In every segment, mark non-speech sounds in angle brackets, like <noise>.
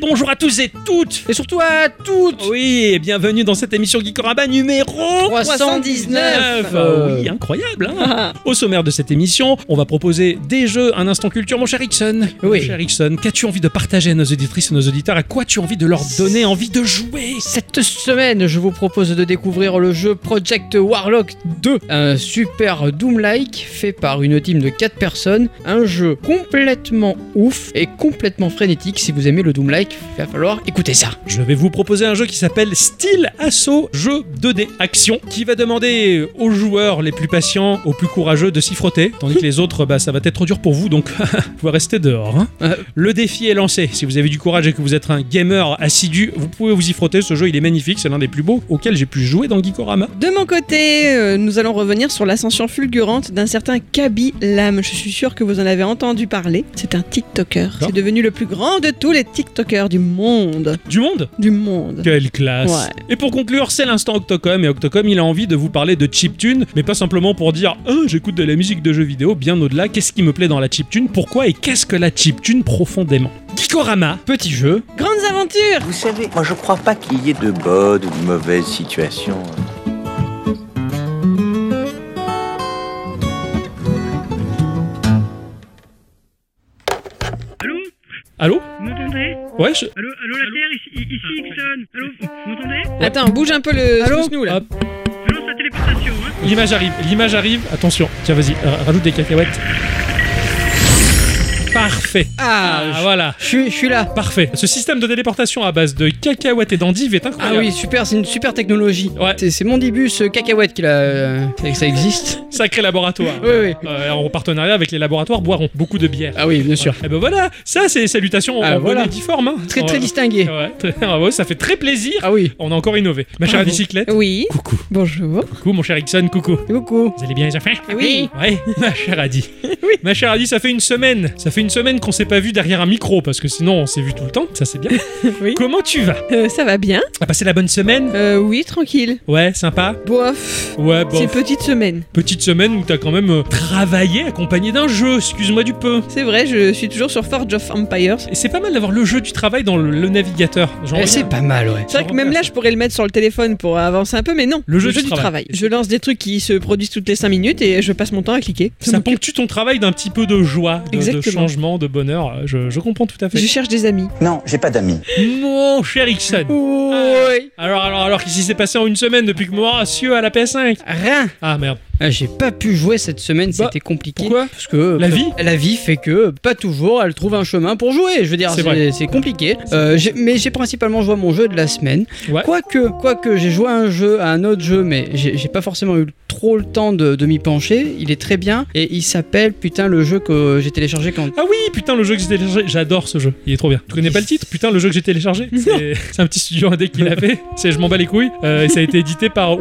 bonjour à tous et toutes Et surtout à toutes Oui, et bienvenue dans cette émission Geekorama numéro 319. Euh, Oui, incroyable hein. Au sommaire de cette émission, on va proposer des jeux, un instant culture, mon cher Ixon. Oui. Mon cher Ixon, qu'as-tu envie de partager à nos auditrices et nos auditeurs À quoi tu as envie de leur donner envie de jouer <laughs> Cette semaine, je vous propose de découvrir le jeu Project Warlock 2, un super Doom-like fait par une team de 4 personnes, un jeu complètement ouf et complètement frénétique. Si vous aimez le Doom-like, il va falloir écouter ça. Je vais vous proposer un jeu qui s'appelle Style Assaut, jeu 2D action, qui va demander aux joueurs les plus patients, aux plus courageux de s'y frotter, tandis que les autres, bah, ça va être trop dur pour vous, donc <laughs> vous pouvez rester dehors. hein. Euh. Le défi est lancé. Si vous avez du courage et que vous êtes un gamer assidu, vous pouvez vous y frotter. Ce jeu, il est magnifique, c'est l'un des plus beaux auxquels j'ai pu jouer dans Geekorama. De mon côté, euh, nous allons revenir sur l'ascension fulgurante d'un certain Kaby Lam. Je suis sûr que vous en avez entendu parler. C'est un TikToker. D'accord. C'est devenu le plus grand de tous les TikTokers du monde. Du monde Du monde. Quelle classe Ouais. Et pour conclure, c'est l'instant Octocom, et Octocom, il a envie de vous parler de chiptune, mais pas simplement pour dire « Ah, j'écoute de la musique de jeux vidéo », bien au-delà, qu'est-ce qui me plaît dans la chiptune, pourquoi et qu'est-ce que la chiptune profondément Geekorama Petit jeu, Grandes aventures Vous savez, moi je crois pas qu'il y ait de bonnes ou de mauvaises situations. Allô Allô Vous m'entendez Ouais, je... Allô, allô la Terre, ici, ici Ixon Allô, vous m'entendez Attends, bouge un peu le snooze-nous, là. Hop, Allô, sa téléportation, hein L'image arrive, l'image arrive, attention, tiens vas-y, r- rajoute des cacahuètes. Parfait Ah, Ah voilà je suis- je suis là. Parfait Ce système de téléportation à base de cacahuètes et d'endives est Ah incroyable oui, super, c'est une super technologie. Ouais. C'est- C'est Mondibus euh, Cacahuète qui l'a. euh, ça- ça existe. Sacré laboratoire Oui, oui. Euh, En partenariat avec les laboratoires Boiron, beaucoup de bière. Ah oui, bien sûr. Et ben voilà, ça c'est les salutations Ah, en voilà. bonnet difforme. Hein. Très, très Ouais. distingué. Ouais, très- <laughs> ah ouais, ça fait très plaisir. Ah oui. On a encore innové. Ma chère Bravo. Oh. bicyclette. Oui. Coucou. Bonjour. Coucou, mon cher Ixon, coucou. Coucou. Vous allez bien, les enfants Oui. Ouais, <laughs> ma chère <laughs> Adi. Ma chère Adi, ça fait une semaine. Ça fait une semaine qu'on s'est pas vu derrière un micro parce que sinon on s'est vu tout le temps. Ça c'est <laughs> bien. Oui. Comment tu vas Euh, ça va bien T'as passé la bonne semaine Euh, Oui, tranquille. Ouais, sympa. Bof. Ouais, bon. C'est petite semaine. Petite semaine où t'as quand même euh, travaillé accompagné d'un jeu. Excuse-moi du peu. C'est vrai, je suis toujours sur Forge of Empires. Et c'est pas mal d'avoir le jeu du travail dans le, le navigateur. Genre, Eh, c'est pas mal, ouais. C'est vrai que même là, je pourrais le mettre sur le téléphone pour avancer un peu, mais non. Le jeu du du travail. travail. Je lance des trucs qui se produisent toutes les 5 minutes et je passe mon temps à cliquer. ça Donc, ponctue ton travail d'un petit peu de joie, de- de, Exactement. changement, de bonheur. Euh, Je, je comprends tout à Je fait. cherche des amis. Non, j'ai pas d'amis. Mon cher Ixon. Oui. Alors, alors, alors, qu'est-ce qui s'est passé en une semaine depuis que moi, cieux à la PS5 Rien. Ah merde. Ah, J'ai pas pu jouer cette semaine, Bah, c'était compliqué. Pourquoi Parce que La vie la vie fait que pas toujours elle trouve un chemin pour jouer. Je veux dire, C'est vrai. c'est c'est compliqué. Euh, j'ai- mais j'ai principalement joué à mon jeu de la semaine. Ouais. Quoique, quoique j'ai joué à un jeu, à un autre jeu, mais j'ai j'ai pas forcément eu trop le temps de, de m'y pencher. Il est très bien et il s'appelle putain le jeu que j'ai téléchargé quand. euh, Ah oui, putain, le jeu que j'ai téléchargé, j'adore ce jeu, il est trop bien. Tu connais pas le titre Putain, le jeu que j'ai <laughs> téléchargé C'est c'est un petit studio indé qui l'a fait, c'est Je m'en bats les couilles, euh, et ça a été édité par. Oh,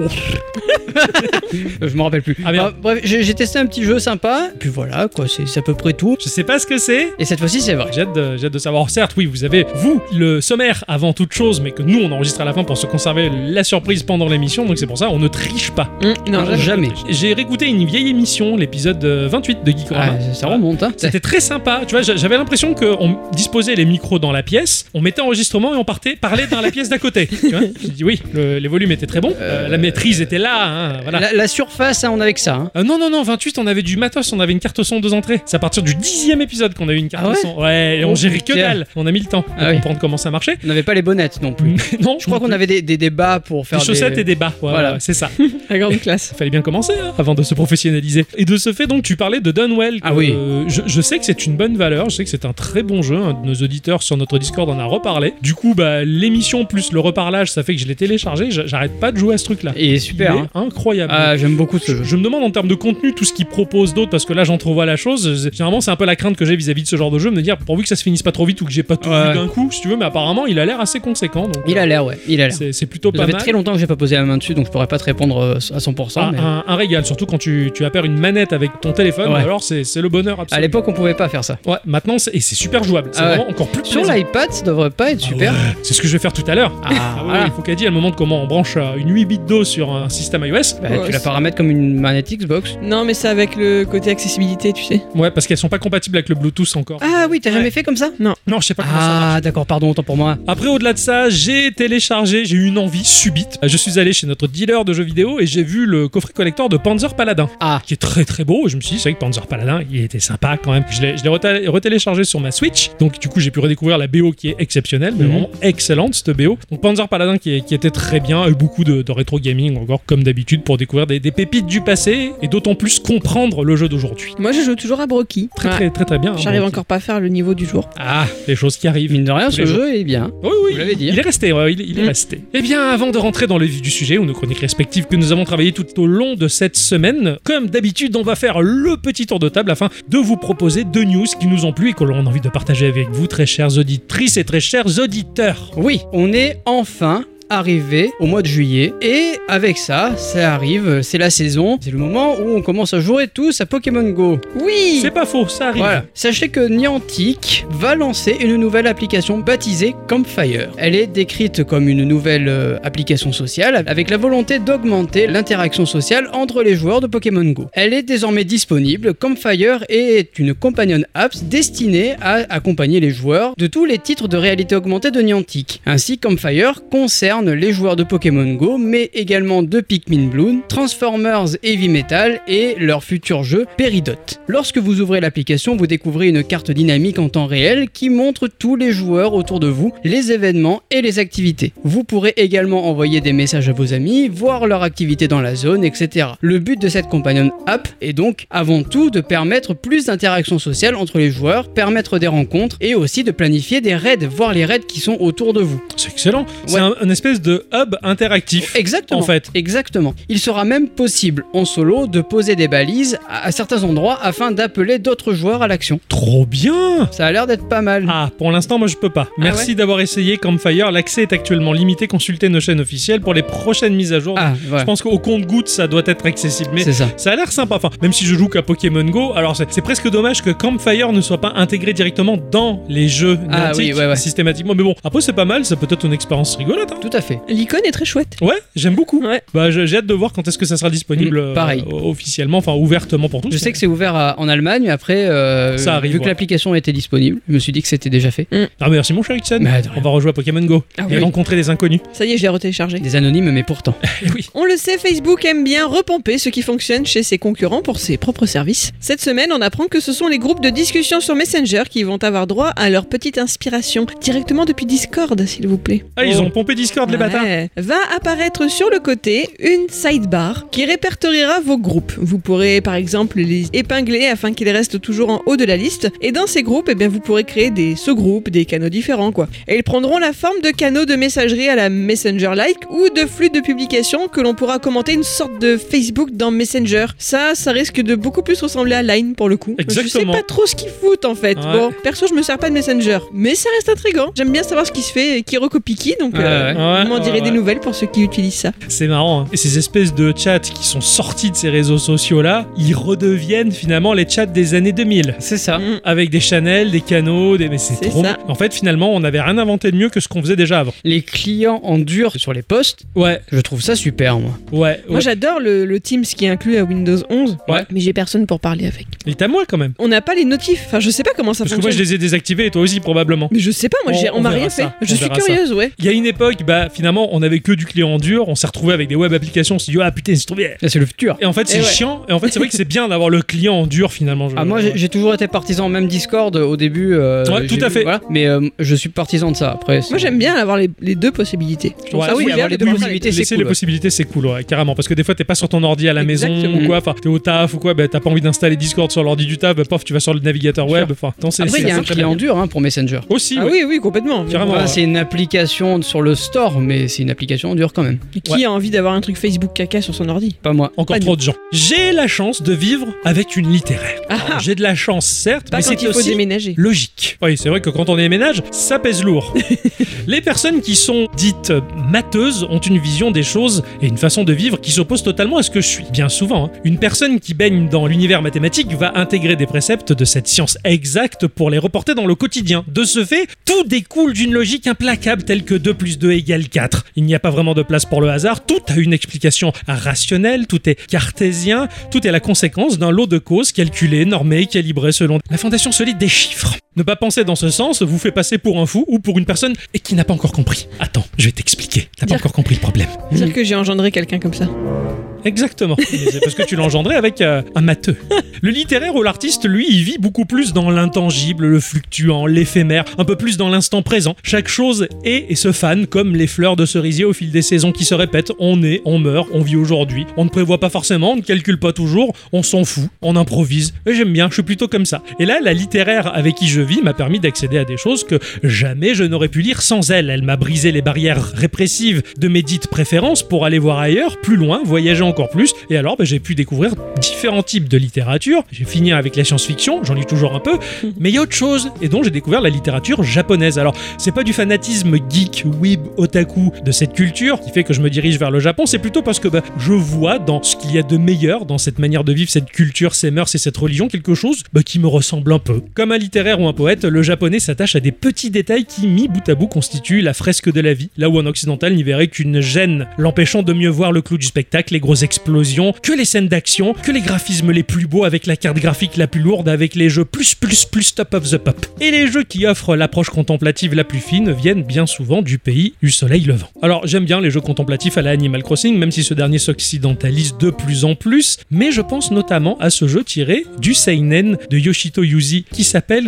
Euh, je m'en rappelle plus. Ah, merde. bref, j'ai j'ai testé un petit jeu sympa. Puis voilà, quoi, c'est c'est à peu près tout. je sais pas ce que c'est Et cette fois-ci, c'est vrai. j'ai hâte, de, j'ai hâte de savoir. Certes, oui, vous avez, vous, le sommaire avant toute chose, mais que nous, on enregistre à la fin pour se conserver la surprise pendant l'émission, donc c'est pour ça, on ne triche pas. Mmh, non, Ah, je- jamais. J'ai réécouté une vieille émission, l'épisode euh, 28 de Geekorama. Ah, ça remonte, hein. C'était très sympa, tu vois, j'a- j'avais l'impression qu'on disposait les micros dans la pièce, on mettait enregistrement et on partait parler dans la pièce d'à côté. <laughs> Tu vois J'ai dit oui, le- les volumes étaient très bons, euh, la maîtrise était là, hein, voilà. La, la surface, hein, on avait que ça. hein. Euh, non, non, non, 28, on avait du matos, on avait une carte son deux entrées. C'est à partir du dixième épisode qu'on a eu une carte Ah ouais son. Ouais, et on Oh, gérait que putain. dalle. On a mis le temps pour Ah oui. comprendre comment ça marchait. On n'avait pas les bonnettes non plus. Mais <laughs> non, Je crois qu'on avait des, des débats pour faire des chaussettes des... et des bas. Ouais, Voilà. ouais, c'est ça. la grande classe. fallait bien commencer hein, avant de se professionnaliser. Et de ce fait, donc, tu parlais de Dunwell. que, Ah oui. euh, je, je sais que c'est une bonne valeur, je sais que c'est un très bon jeu. Un de nos auditeurs sur notre Discord en a reparlé. Du coup, bah, l'émission plus le reparlage, ça fait que je l'ai téléchargé. J- J'arrête pas de jouer à ce truc-là. Et Il super. est hein. incroyable. Ah, j'aime beaucoup ce Je, jeu. je me demande en termes de contenu tout ce qu'ils proposent d'autre parce que là j'entrevois la chose. Généralement c'est un peu la crainte que j'ai vis-à-vis de ce genre de jeu, me dire pourvu que ça se finisse pas trop vite ou que j'ai pas tout Ouais. vu d'un coup, si tu veux. Mais apparemment il a l'air assez conséquent. Donc, euh, Il a l'air, ouais, il a l'air. c'est c'est plutôt Ça pas fait mal. très longtemps que j'ai pas posé la main dessus, donc je pourrais pas te répondre euh, à 100%. Ah, mais- un, un régal, surtout quand tu, tu appaires une manette avec ton téléphone, Ouais. alors c'est c'est le bonheur À absolu. l'époque, on pouvait pas faire ça. Ouais, maintenant, c'est- et c'est super jouable. C'est Ah ouais. vraiment encore plus Sur plaisant. l'iPad, ça devrait pas être Ah super. ouais, C'est ce que je vais faire tout à l'heure. Ah, Ah ouais, il faut qu'elle dise, elle me montre comment on branche euh, une 8 bits d'eau sur un système iOS. Bah, tu Ouais, la paramètres comme une manette Xbox. Non, mais c'est avec le côté accessibilité, tu sais. Ouais, parce qu'elles sont pas compatibles avec le Bluetooth encore. Ah oui, t'as Ouais. jamais fait comme ça Non, je sais pas comment ça marche. Ah d'accord, pardon, autant pour moi. Après, au-delà de ça, j'ai téléchargé, j'ai eu une envie subite. Je suis allé chez notre dealer de jeux vidéo et j'ai vu le coffret collector de Panzer Paladin, Ah. qui est très très beau. Et je me suis dit, c'est vrai que Panzer Paladin, il était sympa quand même. Je l'ai je l'ai reté- retéléchargé sur ma Switch. Donc, du coup, j'ai pu redécouvrir la BO qui est exceptionnelle, mais Mhm. vraiment excellente cette BO. Donc, Panzer Paladin qui, est- qui était très bien, et beaucoup de, de rétro gaming encore, comme d'habitude, pour découvrir des, des pépites du passé et d'autant plus comprendre le jeu d'aujourd'hui. Moi, je joue toujours à Brocky. Très, Ouais. très très très bien. hein, J'arrive bon. encore pas à faire le niveau du jour. Ah, les choses qui arrivent. Mine de rien, Tous ce les jeu est bien. Oui, oui. Vous l'avez dit. Il est resté, ouais, il, il est Mm. resté. Eh bien, avant de rentrer dans le vif du sujet ou nos chroniques respectives que nous avons travaillées tout au long de cette semaine, comme d'habitude, on va faire le petit tour de table afin de vous proposer deux news qui nous ont plu et que l'on a envie de partager avec vous, très chères auditrices et très chers auditeurs. Oui, on est enfin arrivé au mois de juillet et avec ça, ça arrive, c'est la saison, c'est le moment où on commence à jouer tous à Pokémon Go. Oui C'est pas faux, ça arrive. Voilà. Sachez que Niantic va lancer une nouvelle application baptisée Campfire. Elle est décrite comme une nouvelle euh, application sociale avec la volonté d'augmenter l'interaction sociale entre les joueurs de Pokémon Go. Elle est désormais disponible. Campfire est une companion apps destinée à accompagner les joueurs de tous les titres de réalité augmentée de Niantic. Ainsi, Campfire concerne les joueurs de Pokémon Go, mais également de Pikmin Bloom, Transformers Heavy Metal et leur futur jeu Peridot. Lorsque vous ouvrez l'application, vous découvrez une carte dynamique en temps réel qui montre tous les joueurs autour de vous, les événements et les activités. Vous pourrez également envoyer des messages à vos amis, voir leur activité dans la zone, etc. Le but de cette companion app est donc avant tout de permettre plus d'interactions sociales entre les joueurs, permettre des rencontres et aussi de planifier des raids, voir les raids qui sont autour de vous. C'est excellent. C'est Ouais. un, un espèce de hub interactif. Exactement. En fait. Exactement. Il sera même possible en solo de poser des balises à à certains endroits afin d'appeler d'autres joueurs à l'action. Trop bien Ça a l'air d'être pas mal. ah, pour l'instant, moi je peux pas. Merci ouais d'avoir essayé Campfire. L'accès est actuellement limité. Consultez nos chaînes officielles pour les prochaines mises à jour. Ah, Je voilà. pense qu'au compte-goutte, ça doit être accessible. Mais C'est ça. Ça a l'air sympa, enfin, même si je joue qu'à Pokémon Go, alors c'est c'est presque dommage que Campfire ne soit pas intégré directement dans les jeux Ah Niantic, oui, ouais, ouais. systématiquement. Mais bon, après c'est pas mal, ça peut être une expérience rigolote. hein. Tout à fait. L'icône est très chouette. Ouais, j'aime beaucoup. Ouais. Bah, je- j'ai hâte de voir quand est-ce que ça sera disponible Mm, euh, pareil. officiellement, enfin ouvertement pour tous. Je sais que c'est ouvert à- en Allemagne, après, euh, Ça arrive, vu que ouais. l'application était disponible, je me suis dit que c'était déjà fait. Ah, merci mon cher Ixon. Mais attends. On va rejouer à Pokémon Go Ah et oui. rencontrer des inconnus. Ça y est, je l'ai retéléchargé. Des anonymes, <laughs> mais pourtant. Eh oui. On le sait, Facebook aime bien repomper ce qui fonctionne chez ses concurrents pour ses propres services. Cette semaine, on apprend que ce sont les groupes de discussion sur Messenger qui vont avoir droit à leur petite inspiration, directement depuis Discord, s'il vous plaît. Ah, ils Oh. ont pompé Discord, les Ouais. bâtards. Va apparaître sur le côté une sidebar qui répertoriera vos groupes. Vous pourrez par exemple les épingler afin qu'ils restent toujours en haut de la liste. Et dans ces groupes, eh bien, vous pourrez créer des sous-groupes, des canaux différents quoi. Et ils prendront la forme de canaux de messagerie à la Messenger-like ou de flux de publication que l'on pourra commenter une sorte de Facebook dans Messenger. Ça, ça risque de beaucoup plus ressembler à Line pour le coup. Exactement. Je sais pas trop ce qu'ils foutent en fait. Ouais. Bon, perso, je me sers pas de Messenger, mais ça reste intrigant. J'aime bien savoir ce qui se fait et qui recopie qui donc. Ouais, euh, ouais. Ouais, vous m'en ouais, direz ouais. des nouvelles pour ceux qui utilisent ça. C'est marrant. hein. Et ces espèces de chats qui sont sortis de ces réseaux sociaux-là, ils redeviennent finalement les chats des années 2000. C'est ça. Mm. avec des Chanel, des canaux, des... mais c'est C'est trop. ça. En fait, finalement, on n'avait rien inventé de mieux que ce qu'on faisait déjà avant. Les clients en dur sur les postes, Ouais, je trouve ça super, moi. ouais, Moi ouais. j'adore le, le Teams qui est inclus à Windows 11, Ouais. mais j'ai personne pour parler avec. Et t'as moi quand même. On n'a pas les notifs, enfin je sais pas comment ça Parce que moi, fonctionne. je les ai désactivés et toi aussi, probablement. Mais je sais pas, moi On- j'ai- on, on m'a verra rien fait. ça, on Je suis verra ça. curieuse, ouais. Il y a une époque, bah finalement, on avait que du client en dur, on s'est retrouvé avec des web applications, on s'est dit, ah putain, c'est trop bien. Là, C'est le futur. Et en fait, c'est Et ouais. chiant. Et en fait, c'est vrai que c'est bien d'avoir le client en dur finalement. je- Ah, moi, j'ai j'ai toujours été partisan, même Discord au début. euh, Ouais, tout j'ai à vu, fait. voilà. Mais euh, je suis partisan de ça après. c'est- Moi j'aime bien avoir les, les deux possibilités. Ah Je trouve Ouais, ça oui, ouvert avoir de les deux pouvoir- possibilités. c'est Laisser cool, les ouais. possibilités, c'est cool, ouais, carrément. Parce que des fois, t'es pas sur ton ordi à la maison Exactement. ou quoi, enfin, t'es au taf ou quoi, bah t'as pas envie d'installer Discord sur l'ordi du taf, bah pof, tu vas sur le navigateur web. Enfin, attends, c'est- Après, il y c'est- a un c'est très bien. client en dur hein, pour Messenger. Aussi, Ah ouais. oui, oui, complètement. Carrément. Enfin, ouais. c'est une application sur le store, mais c'est une application en dur quand même. Qui a envie d'avoir un truc Facebook caca sur son ordi Pas moi. Encore Pas trop de gens. J'ai la chance de vivre avec une littéraire. Ah, J'ai de la chance, certes, Pas mais quand il c'est faut aussi Mm. déménager. logique. Oui, c'est vrai que quand on déménage, ça pèse lourd. Les personnes qui sont dites mateuses ont une vision des choses et une façon de vivre qui s'oppose totalement à ce que je suis. Bien souvent, hein. une personne qui baigne dans l'univers mathématique va intégrer des préceptes de cette science exacte pour les reporter dans le quotidien. De ce fait, tout découle d'une logique implacable telle que 2 plus 2 égale Ciel 4. Il n'y a pas vraiment de place pour le hasard, tout a une explication rationnelle, tout est cartésien, tout est la conséquence d'un lot de causes calculées, normées, calibrées selon la fondation solide des chiffres. Ne pas penser dans ce sens vous fait passer pour un fou ou pour une personne et qui n'a pas encore compris. Attends, je vais t'expliquer. T'as pas Dire- encore compris le problème. C'est-à-dire que j'ai engendré quelqu'un comme ça. Exactement. Mais <laughs> C'est parce que tu l'as engendré avec euh, un matheux. Le littéraire ou l'artiste, lui, il vit beaucoup plus dans l'intangible, le fluctuant, l'éphémère, un peu plus dans l'instant présent. Chaque chose est et se fane comme les fleurs de cerisier au fil des saisons qui se répètent. On est, on meurt, on vit aujourd'hui. On ne prévoit pas forcément, on ne calcule pas toujours, on s'en fout, on improvise. Et j'aime bien, je suis plutôt comme ça. Et là, la littéraire avec qui je vis m'a permis d'accéder à des choses que jamais je n'aurais pu lire sans elle. Elle m'a brisé les barrières répressives de mes dites préférences pour aller voir ailleurs, plus loin, voyager encore plus. Et alors, ben, j'ai pu découvrir différents types de littérature. J'ai fini avec la science-fiction, j'en lis toujours un peu, mais il y a autre chose. Et donc, j'ai découvert la littérature japonaise. Alors, c'est pas du fanatisme geek, weeb, otaku de cette culture qui fait que je me dirige vers le Japon, c'est plutôt parce que bah, je vois dans ce qu'il y a de meilleur, dans cette manière de vivre, cette culture, ces mœurs et cette religion, quelque chose bah, qui me ressemble un peu. Comme un littéraire ou un poète, le japonais s'attache à des petits détails qui, mis bout à bout, constituent la fresque de la vie, là où un occidental n'y verrait qu'une gêne, l'empêchant de mieux voir le clou du spectacle, les grosses explosions, que les scènes d'action, que les graphismes les plus beaux avec la carte graphique la plus lourde, avec les jeux plus plus plus top of the pop. Et les jeux qui offrent l'approche contemplative la plus fine viennent bien souvent du pays du soleil levant. Alors j'aime bien les jeux contemplatifs à la Animal Crossing, même si ce dernier s'occidentalise de plus en plus, mais je pense notamment à ce jeu tiré du seinen de Yoshito Yuzi qui s'appelle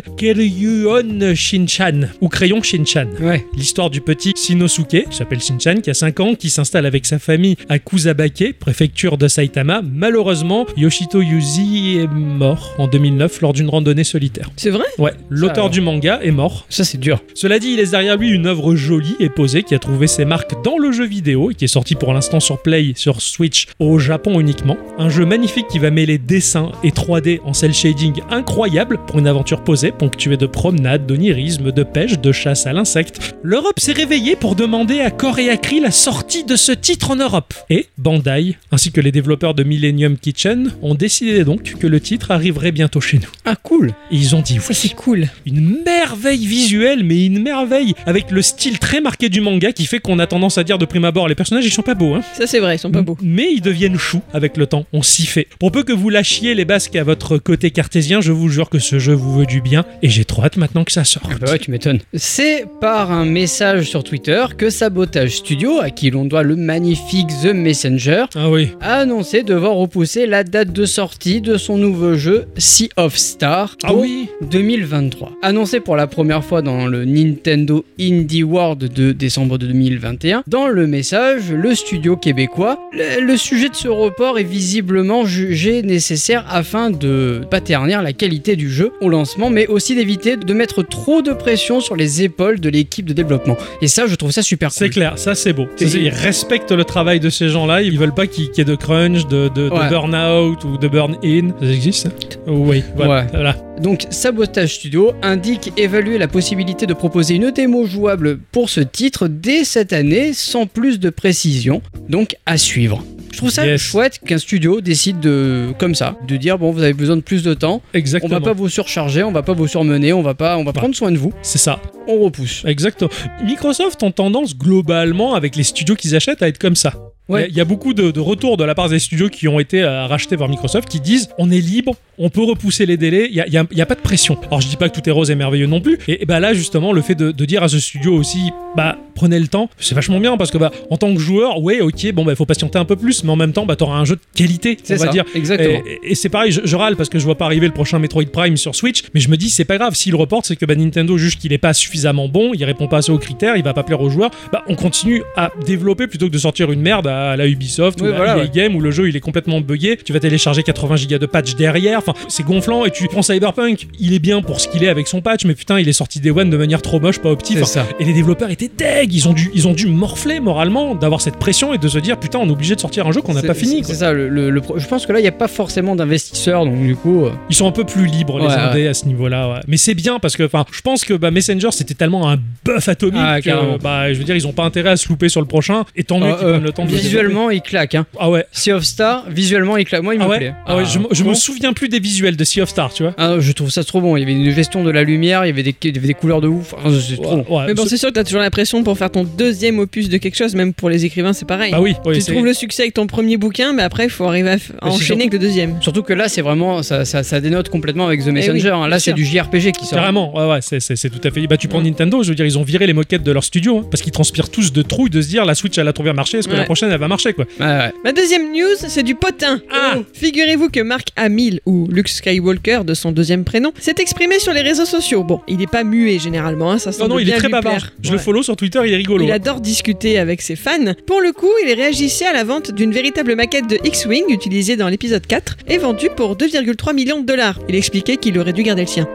Keryuon Shinchan ou Crayon Shinchan Ouais. l'histoire du petit Shinosuke, qui s'appelle Shinchan, qui a 5 ans, qui s'installe avec sa famille à Kusabake, préfecture de Saitama. Malheureusement, Yoshito Yuzi est mort en 2009 lors d'une randonnée solitaire. C'est vrai Ouais, l'auteur alors. du manga est mort. Ça, c'est dur. Cela dit, il laisse derrière lui une œuvre jolie et posée qui a trouvé ses marques dans le jeu vidéo et qui est sorti pour l'instant sur Play, sur Switch, au Japon uniquement. Un jeu magnifique qui va mêler dessin et 3D en cel shading incroyable pour une aventure posée, ponctuée de promenades, d'onirisme, de pêche, de chasse à l'insecte. L'Europe s'est réveillée pour demander à Core et à Cree la sortie de ce titre en Europe. Et Bandai, ainsi que les développeurs de Millennium Kitchen, ont décidé donc que le titre arriverait bientôt chez nous. Ah, cool. Et ils ont dit oui Ça c'est cool. une merveille visuelle, mais une merveille avec le style très marqué du manga qui fait qu'on a tendance à dire de prime abord les personnages ils sont pas beaux, hein. Ça c'est vrai, ils sont pas beaux. Mais ils deviennent choux avec le temps, on s'y fait. Pour peu que vous lâchiez les basques à votre côté cartésien, je vous jure que ce jeu vous veut du bien et j'ai trop hâte maintenant que ça sorte. Ah bah ouais, tu m'étonnes. C'est par un message sur Twitter que Sabotage Studio, à qui l'on doit le magnifique The Messenger, Ah oui. a annoncé devoir repousser la date de sortie de son nouveau jeu Sea of Star Ah au oui 2023. Annoncé pour la première fois dans le Nintendo Indie World de décembre de 2021, dans le message, le studio québécois, le, le sujet de ce report est visiblement jugé nécessaire afin de pas ternir la qualité du jeu au lancement, mais aussi d'éviter de mettre trop de pression sur les épaules de l'équipe de développement. Et ça, je trouve ça super C'est cool. clair, ça c'est beau. Ça, Et- c'est- ils respectent le travail de ces gens-là, ils veulent pas qu'il qu'il y ait de crunch, de, de- de Ouais. burn-out ou de burn-in. Ça existe ça Oui, voilà. Ouais. voilà. Donc Sabotage Studio indique évaluer la possibilité de proposer une démo jouable pour ce titre dès cette année sans plus de précision. Donc à suivre. Je trouve ça Yes. chouette qu'un studio décide de comme ça, de dire bon vous avez besoin de plus de temps, Exactement. on va pas vous surcharger, on va pas vous surmener, on va pas on va prendre soin de vous, C'est ça. on repousse. Exactement. Microsoft ont tendance globalement avec les studios qu'ils achètent à être comme ça. Il Ouais. y a- il y a beaucoup de, de retours de la part des studios qui ont été euh, rachetés par Microsoft qui disent on est libre, on peut repousser les délais, il n'y a, il y a- il y a pas de pression. Alors je dis pas que tout est rose et merveilleux non plus, et, et bah là justement le fait de, de dire à ce studio aussi bah prenez le temps, c'est vachement bien parce que bah en tant que joueur, ouais ok bon bah faut patienter un peu plus, mais en même temps bah t'auras un jeu de qualité, on C'est va ça, dire. exactement. Et, et- et c'est pareil, je, je râle parce que je vois pas arriver le prochain Metroid Prime sur Switch, mais je me dis c'est pas grave, s'il reporte, c'est que bah, Nintendo juge qu'il est pas suffisamment bon, il répond pas assez aux critères, il va pas plaire aux joueurs. Bah on continue à développer plutôt que de sortir une merde à la Ubisoft Oui, ou à voilà, EA ouais. Game où le jeu il est complètement buggé, tu vas télécharger 80 gigas de patch derrière, enfin c'est gonflant et tu prends Cyberpunk, il est bien pour ce qu'il est avec son patch, mais putain il est sorti Day One de manière trop moche, pas optique. C'est ça. Et les développeurs étaient deg, ils ont dû, ils ont dû morfler moralement d'avoir cette pression et de se dire putain on est obligé de sortir un jeu qu'on n'a C'est- pas fini. C'est ça le, le- le pro- je pense que là il n'y a pas forcément d'investisseurs donc du coup euh, Ils sont un peu plus libres les Ouais, indés à ce niveau-là, ouais. mais c'est bien parce que enfin, je pense que bah, Messenger c'est c'était tellement un bœuf atomique Ah, carrément. que, bah, je veux dire, ils ont pas intérêt à se louper sur le prochain. Et tant mieux Ah, qu'ils euh, prennent le temps de le visuellement, il claque. Hein. développer. Ah ouais. Sea of Star, visuellement, il claque. Moi, il Ah me ouais, plaît. ah ouais, je, m- je bon. me souviens plus des visuels de Sea of Stars, tu vois. Ah, je trouve ça trop bon. Il y avait une gestion de la lumière, il y avait des, il y avait des couleurs de ouf. Ah, c'est trop bon. Ouais, Mais bon, ce- c'est sûr que t'as toujours l'impression pour faire ton deuxième opus de quelque chose, même pour les écrivains, c'est pareil. bah oui, oui, tu c'est- trouves le succès avec ton premier bouquin, mais après, il faut arriver à, f- à Mais c'est enchaîner avec le deuxième. Surtout que là, c'est vraiment. Ça, ça, ça dénote complètement avec The Messenger. hein. Là, bien c'est sûr. du JRPG qui sort. Carrément, ouais, ouais, c'est- c'est c'est tout à fait. Bah, tu prends Nintendo, je veux dire, ils ont viré les moquettes de leur studio hein, parce qu'ils transpirent tous de trouille de se dire la Switch elle a trouvé un marché, est-ce que la Ouais. prochaine elle va marcher quoi Ouais, ouais. Ma deuxième news, c'est du potin. Ah Oh. Figurez-vous que Mark Hamill, ou Luke Skywalker de son deuxième prénom, s'est exprimé sur les réseaux sociaux. Bon, il n'est pas muet généralement, hein, ça Non, semble non, il est bien très lui bavard. plaire. Je Ouais. le follow sur Twitter, il est rigolo. Il adore discuter avec ses fans. Pour le coup, il réagissait à la vente d'une véritable maquette de X-Wing utilisée dans l'épisode 4 et vendue pour 2,3 millions de dollars. Il expliquait qu'il aurait dû garder le sien.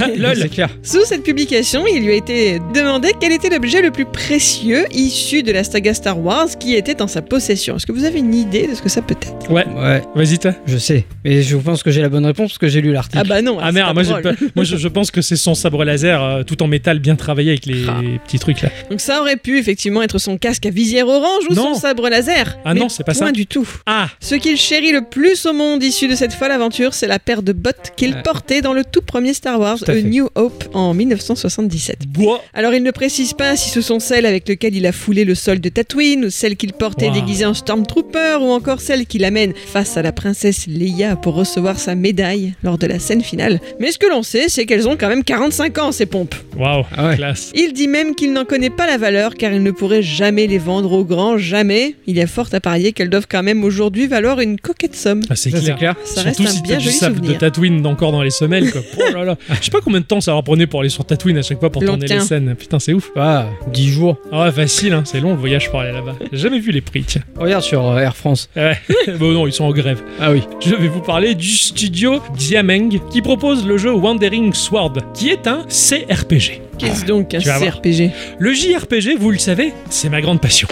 Ah, lol. C'est clair. Sous cette publication, il lui a été demandé quel était l'objet le plus précieux issu de la saga Star Wars qui était en sa possession. Est-ce que vous avez une idée de ce que ça peut être Ouais, Vas-y, t'as. je sais. Mais je pense que j'ai la bonne réponse parce que j'ai lu l'article. Ah bah non, Ah c'est merde, pas moi, j'ai drôle. pas- moi, je, je pense que c'est son sabre laser euh, tout en métal bien travaillé avec les Ah. petits trucs là. Donc ça aurait pu effectivement être son casque à visière orange ou Non. son sabre laser. Ah Mais non, c'est pas ça. Point du tout. Ah, Ce qu'il chérit le plus au monde issu de cette folle aventure, c'est la paire de bottes qu'il Ouais. portait dans le tout premier Star Wars, Tout à A fait. New Hope, en 1977. bois. Alors il ne précise pas si ce sont celles avec lesquelles il a foulé le sol de Tatooine, ou celles qu'il portait Wow. déguisé en Stormtrooper, ou encore celles qu'il amène face à la princesse Leia pour recevoir sa médaille lors de la scène finale. Mais ce que l'on sait, c'est qu'elles ont quand même 45 ans, ces pompes. Waouh, Ah ouais. classe. Il dit même qu'il n'en connaît pas la valeur car il ne pourrait jamais les vendre au grand, jamais. Il y a fort à parier qu'elles doivent quand même aujourd'hui valoir une coquette somme. Ah, c'est Ça, clair. Ça reste Surtout un si t'as bien du joli sable de souvenir. Tatooine encore dans les semelles. Quoi. Oh là là. Je sais pas combien de temps ça leur prenait pour aller sur Tatooine à chaque fois pour tourner les Longtemps. scènes. Putain, c'est ouf. Ah, 10 jours. Ah ouais, facile, hein, c'est long le voyage pour aller là-bas. J'ai jamais vu les prix, tiens. <laughs> Regarde sur euh, Air France. Ouais. bon, non, ils sont en grève. Ah oui. Je vais vous parler du studio Diameng qui propose le jeu Wandering Sword, qui est un CRPG. Qu'est-ce donc un Tu vas voir. CRPG Le JRPG, vous le savez, c'est ma grande passion.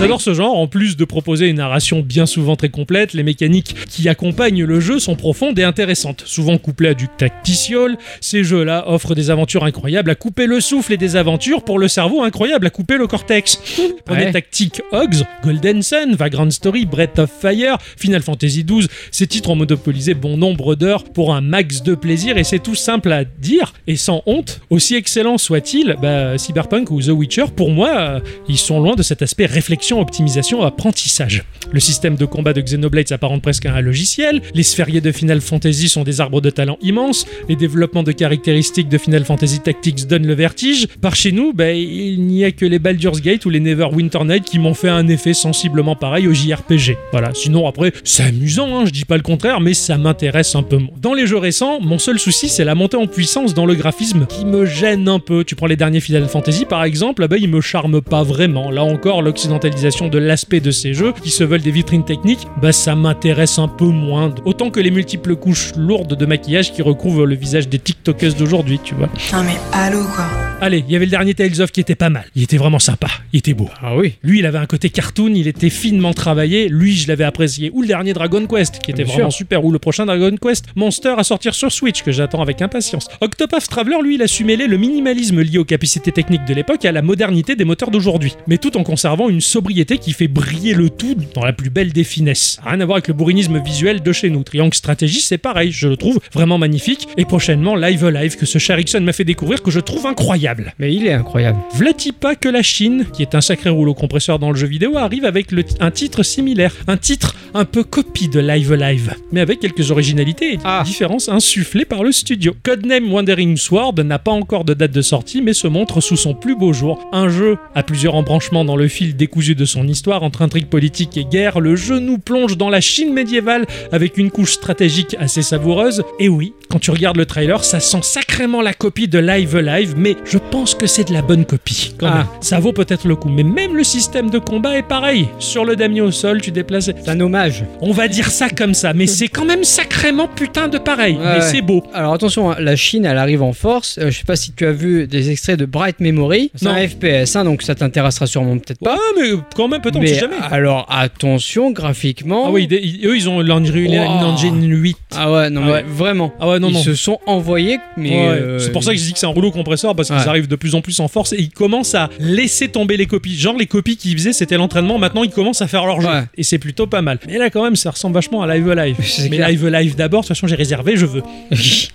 J'adore ce genre, en plus de proposer une narration bien souvent très complète, les mécaniques qui accompagnent le jeu sont profondes et intéressantes, souvent couplées à du tacticiol. Ces jeux-là offrent des aventures incroyables à couper le souffle et des aventures pour le cerveau incroyables à couper le cortex. Prenez Ouais. Tactique Hogs, Golden Sun, Vagrant Story, Breath of Fire, Final Fantasy XII, ces titres ont monopolisé bon nombre d'heures pour un max de plaisir et c'est tout simple à dire et sans honte. Aussi excellent soit-il, bah, Cyberpunk ou The Witcher, pour moi, euh, ils sont loin de cet aspect réflexion, optimisation, apprentissage. Le système de combat de Xenoblade s'apparente presque à un logiciel, les sphériés de Final Fantasy sont des arbres de talent immenses, les développements de caractéristiques de Final Fantasy Tactics donnent le vertige. Par chez nous, bah, il n'y a que les Baldur's Gate ou les Neverwinter Night qui m'ont fait un effet sensiblement pareil au JRPG. Voilà, sinon après, c'est amusant, hein, je dis pas le contraire, mais ça m'intéresse un peu moins. Dans les jeux récents, mon seul souci, c'est la montée en puissance dans le graphisme qui me gêne un peu. Tu prends les derniers Final Fantasy par exemple, ah bah, ils me charment pas vraiment. Là encore, l'occidentalisation de l'aspect de ces jeux qui se veulent des vitrines techniques, bah ça m'intéresse un peu moins. Autant que les multiples couches lourdes de maquillage qui recouvrent le visage des TikTokers d'aujourd'hui, tu vois. Non mais allô quoi. Allez, il y avait le dernier Tales of qui était pas mal. Il était vraiment sympa. Il était beau. Ah oui. Lui, il avait un côté cartoon, il était finement travaillé. Lui, je l'avais apprécié. Ou le dernier Dragon Quest, qui était Bien vraiment sûr. super. Ou le prochain Dragon Quest Monster à sortir sur Switch, que j'attends avec impatience. Octopath Traveler, lui, il a su mêler le minimalisme lié aux capacités techniques de l'époque à la modernité des moteurs d'aujourd'hui. Mais tout en conservant une sobriété qui fait briller le tout dans la plus belle des finesses. Rien à voir avec le bourrinisme visuel de chez nous. Triangle Stratégie, c'est pareil. Je le trouve vraiment magnifique. Et prochainement, Live Alive, que ce Charixon m'a fait découvrir, que je trouve incroyable. Mais il est incroyable. Vlatipa que la Chine, qui est un sacré rouleau compresseur dans le jeu vidéo, arrive avec le ti- un titre similaire, un titre un peu copie de Live Live, mais avec quelques originalités et Ah. différences insufflées par le studio. Codename Wandering Sword n'a pas encore de date de sortie, mais se montre sous son plus beau jour. Un jeu à plusieurs embranchements dans le fil décousu de son histoire, entre intrigue politique et guerre, le jeu nous plonge dans la Chine médiévale avec une couche stratégique assez savoureuse. Et oui, quand tu regardes le trailer, ça sent sacrément la copie de Live Live, mais je pense que c'est de la bonne copie. Quand Ah. même. Ça vaut peut-être le coup, mais même le système de combat est pareil. Sur le damier au sol, tu déplaces. C'est un hommage. On va dire ça comme ça, mais c'est quand même sacrément putain de pareil. Ouais, mais ouais. c'est beau. Alors attention, hein, la Chine, elle arrive en force. Euh, je sais pas si tu as vu des extraits de Bright Memory. C'est Non. un FPS, hein, donc ça t'intéressera sûrement peut-être Ah, pas. mais quand même, peut-être, on Bah, mais sait jamais. alors attention graphiquement. Ah oui, des- ils- eux, ils ont l'Unreal Wow. Engine 8. Ah ouais, non Ah mais ouais. vraiment. Ah ouais, ouais, non, ils non. se sont envoyés, mais. Ouais, euh, c'est pour <laughs> ça que je dis que c'est un rouleau compresseur parce qu'ils Ouais. arrivent de plus en plus en force et ils commencent à laisser tomber les copies. Genre les copies qu'ils faisaient c'était l'entraînement, maintenant ils commencent à faire leur jeu Ouais. et c'est plutôt pas mal. Mais là quand même ça ressemble vachement à Live Alive. <laughs> C'est Mais clair. Live Alive d'abord, de toute façon j'ai réservé, je veux.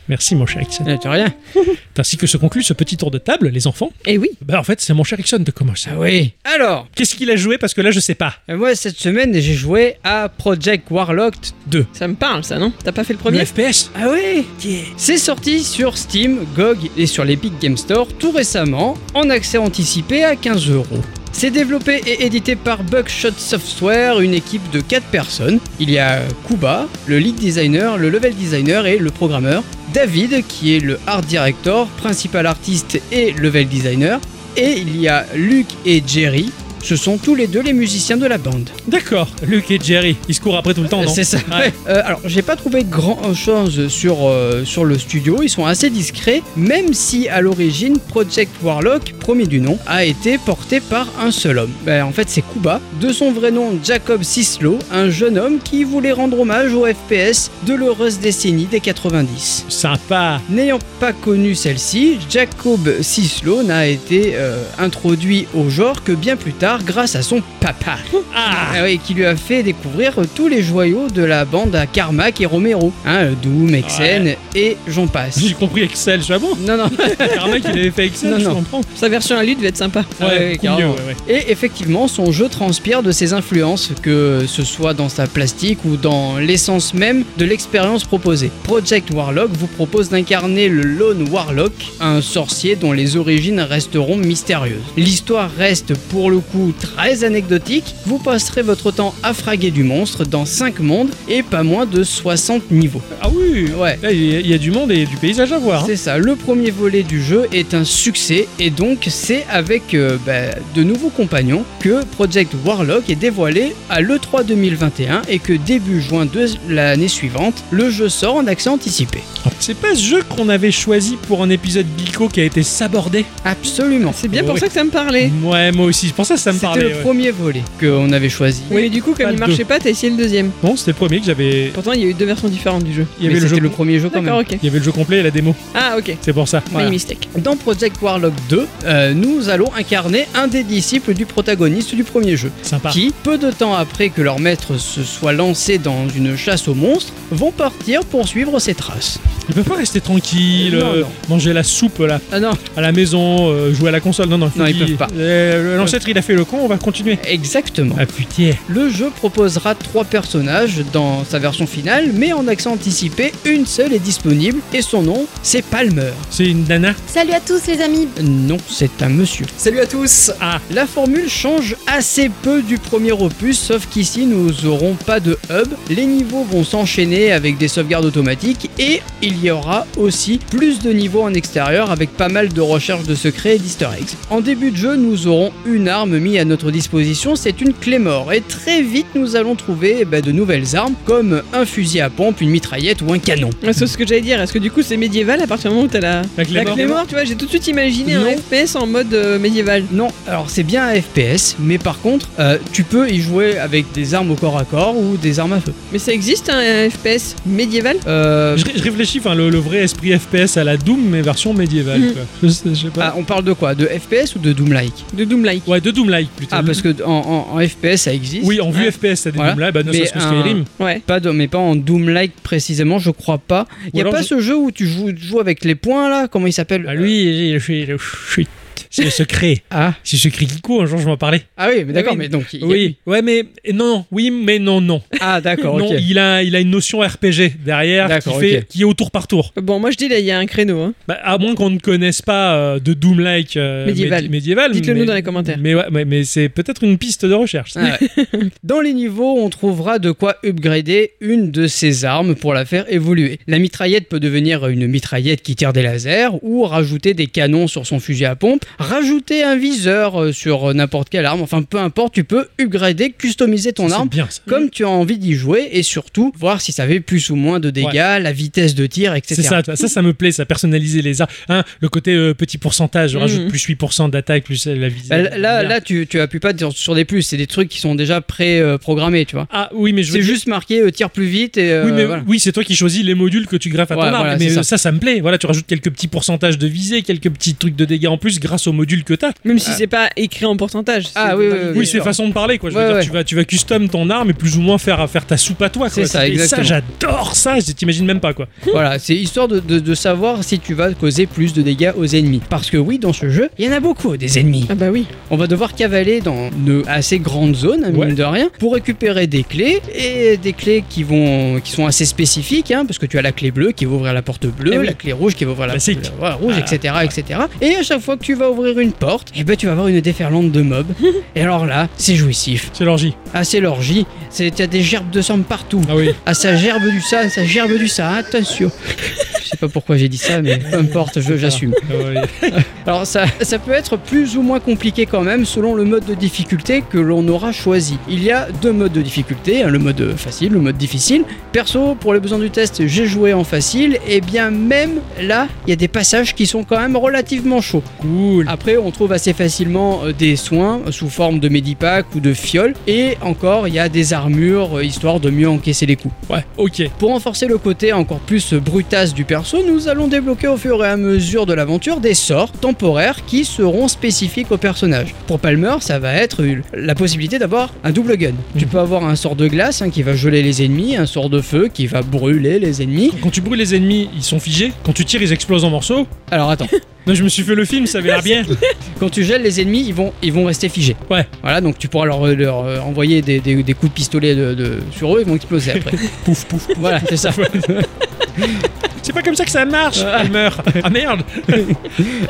Merci mon cher Ixon. Ah, t'as rien. C'est Ainsi que se conclut ce petit tour de table, les enfants. Et Eh oui. Bah en fait c'est mon cher Ixon de commencer. Ah oui. Alors, Qu'est-ce qu'il a joué parce que là je sais pas. euh, moi cette semaine j'ai joué à Project Warlock 2. Ça me parle, ça, non T'as pas fait le Le premier FPS Ah oui C'est sorti sur Steam, GOG et sur l'Epic Game Store tout récemment, en accès anticipé à 15 euros. C'est développé et édité par Buckshot Software, une équipe de 4 personnes. Il y a Kuba, le lead designer, le level designer et le programmeur. David, qui est le art director, principal artiste et level designer. Et il y a Luc et Jerry. Ce sont tous les deux les musiciens de la bande. D'accord, Luke et Jerry, ils se courent après tout le temps, non C'est ça. Ouais. Euh, alors, j'ai pas trouvé grand chose sur, euh, sur le studio. Ils sont assez discrets, même si à l'origine, Project Warlock, premier du nom, a été porté par un seul homme. Ben, en fait, c'est Kuba, de son vrai nom Jacob Sislo, un jeune homme qui voulait rendre hommage au FPS de l'heureuse décennie des 90. Sympa. N'ayant pas connu celle-ci, Jacob Sislo n'a été euh, introduit au genre que bien plus tard grâce à son papa. Ah <laughs> Ah oui, qui lui a fait découvrir tous les joyaux de la bande à Carmack et Romero. Hein, Doom, Exen et j'en passe. J'ai compris Excel, je suis ah bon Non, <laughs> non. Un mec il avait fait Excel, Non, je non. comprends. Sa version à lui devait être sympa. Ah ouais, beaucoup carrément. mieux, ouais, ouais. Et effectivement, son jeu transpire de ses influences, que ce soit dans sa plastique ou dans l'essence même de l'expérience proposée. Project Warlock vous propose d'incarner le Lone Warlock, un sorcier dont les origines resteront mystérieuses. L'histoire reste pour le coup très anecdotique, vous passerez votre temps à fraguer du monstre dans 5 mondes et pas moins de 60 niveaux. Ah oui Ouais. Là, Il y a- il y a du monde et du paysage à voir. hein. C'est ça, le premier volet du jeu est un succès et donc c'est avec euh, bah, de nouveaux compagnons que Project Warlock est dévoilé à l'E3 2021 et que début juin de l'année suivante, le jeu sort en accès anticipé. Ah, C'est pas ce jeu qu'on avait choisi pour un épisode Geeko qui a été sabordé Absolument. C'est bien pour Oui. ça que ça me parlait. Ouais, moi aussi, c'est pour ça que ça me C'était parlait. le ouais. premier volet qu'on avait choisi. Oui, mais du coup, comme Pas le il marchait deux. pas, t'as essayé le deuxième. Non, c'était le premier que j'avais. Pourtant, il y a eu deux versions différentes du jeu. Il y avait Mais le jeu. c'était le premier jeu quand même. D'accord, ok. Il y avait le jeu complet et la démo, Ah, ok. c'est pour ça. Voilà. My mistake. Dans Project Warlock 2, euh, nous allons incarner un des disciples du protagoniste du premier jeu. Sympa. qui, peu de temps après que leur maître se soit lancé dans une chasse aux monstres, vont partir pour suivre ses traces. Il peut pas rester tranquille, Non, euh, non. manger la soupe là, Ah non, à la maison, euh, jouer à la console. Non, non, Non, ils qu'il- peuvent pas. Euh, L'ancêtre, il a fait le con, on va continuer. exactement. Ah putain. Le jeu proposera trois personnages dans sa version finale, mais en accent anticipé, une seule est disponible et son nom, c'est Palmer. C'est une nana Salut à tous les amis Non, c'est un monsieur. Salut à tous Ah, La formule change assez peu du premier opus, sauf qu'ici nous aurons pas de hub, les niveaux vont s'enchaîner avec des sauvegardes automatiques et il y aura aussi plus de niveaux en extérieur avec pas mal de recherches de secrets et d'easter eggs. En début de jeu, nous aurons une arme mise à notre disposition, c'est une clé mort et très vite nous allons trouver eh ben, de nouvelles armes comme un fusil à pompe, une mitraillette ou un canon. Ah, C'est ce que j'allais dire. Est-ce que du coup, c'est médiéval à partir du moment où t'as la... la clé La mort. clé mort, tu vois, j'ai tout de suite imaginé un Non. FPS en mode euh, médiéval. Non, alors c'est bien un FPS, mais par contre, euh, tu peux y jouer avec des armes au corps à corps ou des armes à feu. Mais ça existe un FPS médiéval Euh, Je, ré- je réfléchis, enfin, le, le vrai esprit FPS à la Doom, mais version médiévale. Mm. quoi. Je, sais- je sais Ah, pas. on parle de quoi De FPS ou de Doom-like de Doom-like. Ouais, de Doom-like plutôt. Ah, parce que en, en- en FPS ça existe. Oui, en vue Hein. FPS, t'as des Voilà. Doom-like, bah, ne Mais serait-ce que un- Skyrim. Ouais. Pas de- mais pas en Doom-like précisément, je crois pas. Ou Il a alors pas je- ce jeu où tu joues, tu joues avec les points là Comment Ah, il s'appelle Bah lui, il fait le chut. C'est le secret. Ah. C'est le secret Geeko, un jour je m'en parlais. ah oui, mais d'accord, Oui. mais donc. il y a- Oui, ouais, mais non, oui, mais non, non. Ah d'accord, non, ok. il, a, il a une notion RPG derrière qui, D'accord, fait, ok. qui est au tour par tour. Bon, moi je dis là, il y a un créneau. Hein. Bah, à moins qu'on ne connaisse pas euh, de Doom-like euh, Médiéval. médi- médiéval. Dites-le nous mais- dans les commentaires. Mais, ouais, mais, mais c'est peut-être une piste de recherche. Ah ouais. <laughs> Dans les niveaux, on trouvera de quoi upgrader une de ses armes pour la faire évoluer. La mitraillette peut devenir une mitraillette qui tire des lasers ou rajouter des canons sur son fusil à pompe, rajouter un viseur euh, sur euh, n'importe quelle arme. Enfin, peu importe, tu peux upgrader, customiser Ça, ton c'est Mm. arme bien ça. comme tu as envie d'y jouer et surtout voir si ça fait plus ou moins de dégâts, la vitesse de tir, etc. C'est ça, tu vois, ça, ça me plaît, ça personnaliser les armes. Hein, le côté euh, petit pourcentage, je rajoute Mhm. plus 8% d'attaque, plus euh, la visée. Mmh. Bah, là, Bien. là, tu, tu appuies pas sur, sur des plus, c'est des trucs qui sont déjà pré-programmés, tu vois. Ah oui, mais je veux C'est dire- juste marqué euh, tire plus vite et. euh, Oui, mais voilà. oui, c'est toi qui choisis les modules que tu greffes à ton Ouais, arme. voilà, mais c'est euh, ça. ça. ça, me plaît. Voilà, tu rajoutes quelques petits pourcentages de visée, quelques petits trucs de dégâts en plus grâce au module que t'as. Même si c'est pas écrit en pourcentage. Ah, c'est oui, dans oui, l'idée. Oui, c'est façon de parler quoi. Je veux Ouais, dire, ouais. tu vas, tu vas custom ton arme et plus ou moins faire, faire ta soupe à toi. quoi. C'est ça, et ça, exactement. j'adore ça. Je t'imagine même pas quoi. Voilà, c'est histoire de, de- de savoir si tu vas causer plus de dégâts aux ennemis. Parce que oui, dans ce jeu, il y en a beaucoup des ennemis. Ah bah oui. On va devoir cavaler dans une assez grande zone, hein, mine Ouais. de rien, pour récupérer des clés et des clés qui vont, qui sont assez spécifiques, hein, parce que tu as la clé bleue qui va ouvrir la porte bleue, Eh oui. la clé rouge qui va ouvrir la Classique. porte voilà, rouge, Ah, etc., etc. Et à chaque fois que tu vas ouvrir une porte, eh ben tu vas avoir une déferlante de mobs. <laughs> et alors là, c'est jouissif. C'est l'orgie. Ah, c'est l'orgie. C'est t'as des gerbes de sang partout. Ah oui. Ah, ça gerbe du ça, ça gerbe du ça, attention. Je sais pas pourquoi j'ai dit ça, mais peu importe, je- j'assume. Ah <laughs> oui. Alors ça, ça peut être plus ou moins compliqué quand même selon le mode de difficulté que l'on aura choisi. Il y a deux modes de difficulté, hein, le mode facile, le mode difficile. Perso, pour les besoins du test, j'ai joué en facile, et bien même là, il y a des passages qui sont quand même relativement chauds. Cool. Après, on trouve assez facilement euh, des soins euh, sous forme de médipack ou de fioles, et encore, il y a des armures euh, histoire de mieux encaisser les coups. Ouais. Ok. Pour renforcer le côté encore plus brutasse du perso, nous allons débloquer au fur et à mesure de l'aventure des sorts temporaires qui seront spécifiques au personnage. Pour Palmer, ça va être la possibilité d'avoir un double gun. Tu peux avoir un sort de glace hein, qui va geler les ennemis, un sort de feu qui va brûler les ennemis. Quand tu brûles les ennemis, ils sont figés. Quand tu tires, ils explosent en morceaux. Alors <laughs> attends, Non, je me suis fait le film, ça avait l'air bien. quand tu gèles les ennemis, ils vont, ils vont rester figés. Ouais. Voilà, donc tu pourras leur, leur, euh, envoyer des, des- des coups de pistolet de- de- sur eux, ils vont exploser après. <laughs> Pouf, pouf. voilà, <laughs> c'est ça. C'est pas comme ça que ça marche. Elle meurt. <laughs> Ah merde.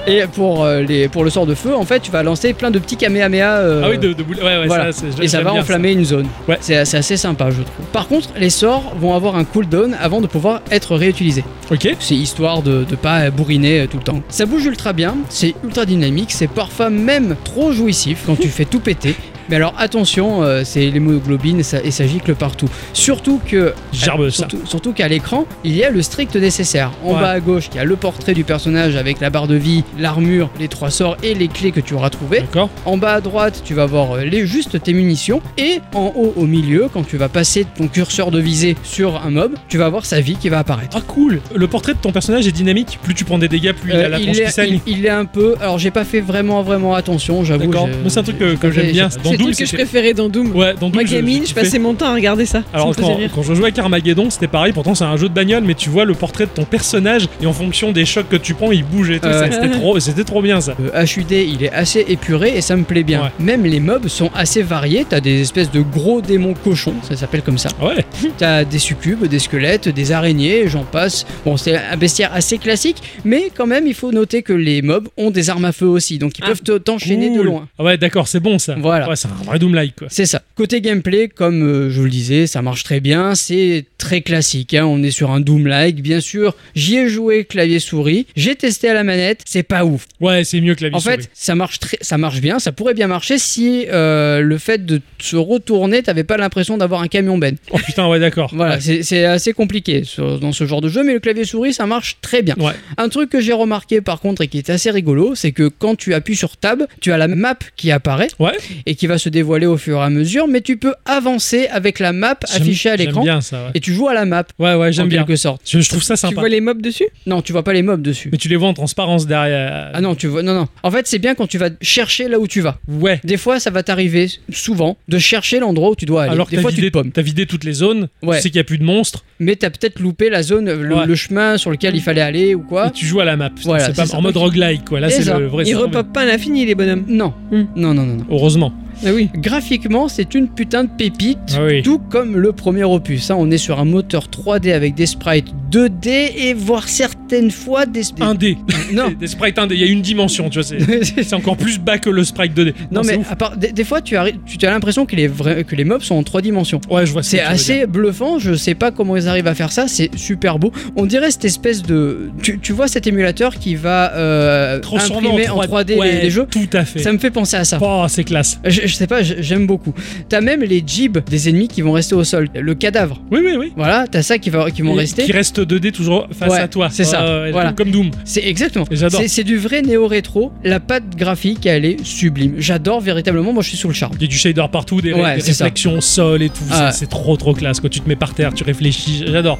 Et pour, euh, les, pour le sort de feu, en fait, tu vas lancer plein de petits kamehameha. euh, Ah oui, de, de boule. Ouais, ouais, voilà. ça, c'est- et ça j'aime va bien enflammer une zone. Ouais. C'est c'est assez sympa, je trouve. Par contre, les sorts vont avoir un cooldown avant de pouvoir être réutilisés. ça. Ok. C'est histoire de ne pas bourriner euh, tout le temps. Ça bouge ultra bien, c'est ultra dynamique, c'est parfois même trop jouissif quand <laughs> tu fais tout péter. Mais alors attention, euh, c'est l'hémoglobine et ça, et ça gicle partout. Surtout que Gerbe ça. Surtout, surtout qu'à l'écran, il y a le strict nécessaire. En Ouais. bas à gauche, il y a le portrait du personnage avec la barre de vie, l'armure, les trois sorts et les clés que tu auras trouvées. D'accord. En bas à droite, tu vas voir euh, les juste tes munitions. Et en haut au milieu, quand tu vas passer ton curseur de visée sur un mob, tu vas voir sa vie qui va apparaître. Ah cool. Le portrait de ton personnage est dynamique. Plus tu prends des dégâts, plus il a Euh, la tronche qui est, saigne. il, il est un peu. Alors j'ai pas fait vraiment vraiment attention, j'avoue. D'accord. j'ai- Moi, c'est un truc que, j'ai que pas j'aime fait- bien. j'ai- Dans C'est le Doom, truc que je c'était. préférais dans Doom. Ouais, dans Doom, Moi, je- gamine, je kiffais. passais mon temps à regarder ça. ça Alors me faisait quand, rire. quand je jouais à Carmageddon, c'était pareil. Pourtant, c'est un jeu de bagnole, mais tu vois le portrait de ton personnage et en fonction des chocs que tu prends, il bouge et tout. Ouais. Ça, C'était trop, c'était trop bien ça. Le HUD, il est assez épuré et ça me plaît bien. Ouais. Même les mobs sont assez variés. T'as des espèces de gros démons cochons, ça s'appelle comme ça. Ouais. T'as des succubes, des squelettes, des araignées, j'en passe. Bon, c'est un bestiaire assez classique, mais quand même, il faut noter que les mobs ont des armes à feu aussi, donc ils Ah, peuvent te- t'enchaîner de Cool. loin. Ah ouais, d'accord, c'est bon ça. Voilà. Ouais, c'est un vrai Doom-like quoi. C'est ça. Côté gameplay, comme euh, je vous le disais, ça marche très bien. C'est très classique. hein. On est sur un Doom-like, bien sûr. J'y ai joué clavier-souris. J'ai testé à la manette. C'est pas ouf. Ouais, c'est mieux que la vie En fait, souris. ça marche, très, ça marche bien. Ça pourrait bien marcher si euh, le fait de se retourner, t'avais pas l'impression d'avoir un camion ben. Oh putain, ouais, <laughs> d'accord. Voilà, Ouais. c'est- c'est assez compliqué sur- dans ce genre de jeu, mais le clavier souris, ça marche très bien. Ouais. Un truc que j'ai remarqué par contre et qui est assez rigolo, c'est que quand tu appuies sur Tab, tu as la map qui apparaît Ouais. et qui va se dévoiler au fur et à mesure, mais tu peux avancer avec la map J'aime- affichée à l'écran J'aime bien ça. Ouais, et tu joues à la map ouais, ouais, en j'aime bien. quelque sorte. Je, je trouve ça Tu sympa. vois les mobs dessus Non, tu vois pas les mobs dessus. Mais tu les vois en transparence derrière. Ah non, tu vois, non, non. En fait, c'est bien quand tu vas chercher là où tu vas. Ouais. Des fois, ça va t'arriver, souvent, de chercher l'endroit où tu dois aller. Alors que Des t'as fois, tu vidé, te pommes. t'as vidé toutes les zones, Ouais. tu sais qu'il n'y a plus de monstres, Mais t'as peut-être loupé la zone, le, Ouais. le chemin sur lequel il fallait aller ou quoi. et tu joues à la map. Putain, Voilà, c'est pas c'est ça. en mode roguelike quoi. Là, Et Ah, c'est ça. le vrai. Ils c'est- repopent pas à l'infini, les bonhommes. Non. Hmm. non, non, non, non. Heureusement. Bah Ah oui. Graphiquement, c'est une putain de pépite. Ah oui. Tout comme le premier opus, hein. on est sur un moteur 3D avec des sprites 2D et voire certaines fois des... des- Un dé. <laughs> non, <laughs> Des sprites 1D. Il y a une dimension, tu vois. <laughs> C'est c'est encore plus bas que le sprite 2D. non c'est mais ouf. à part, des, des fois tu, arri- tu as l'impression que les, vrais- que les mobs sont en 3 dimensions. Ouais, je vois ce que tu C'est veux dire. assez bluffant, je sais pas comment ils arrivent à faire ça, c'est super beau. On dirait cette espèce de... Tu, tu vois cet émulateur qui va euh, Transformé imprimer en 3D, les- ouais, les, jeux Tout à fait. Ça me fait penser à ça. Oh, c'est classe. Je, je sais pas, je- j'aime beaucoup. T'as même les jibs des ennemis qui vont rester au sol, le cadavre. Oui, oui, oui. Voilà, t'as ça qui, va, qui vont Et rester. Qui reste 2D toujours face Ouais, à toi. Euh, c'est ça, Ouais, ouais, voilà. Comme Doom. C'est exactement. Et j'adore. C'est- C'est du vrai néo-rétro. La patte graphique, elle est sublime. J'adore véritablement. Moi, je suis sous le charme. Il y a du shader partout, des, Ouais, des c'est ça. réflexions au sol et tout. Ah. ça C'est trop, trop classe. Quand tu te mets par terre, tu réfléchis. <laughs> J'adore.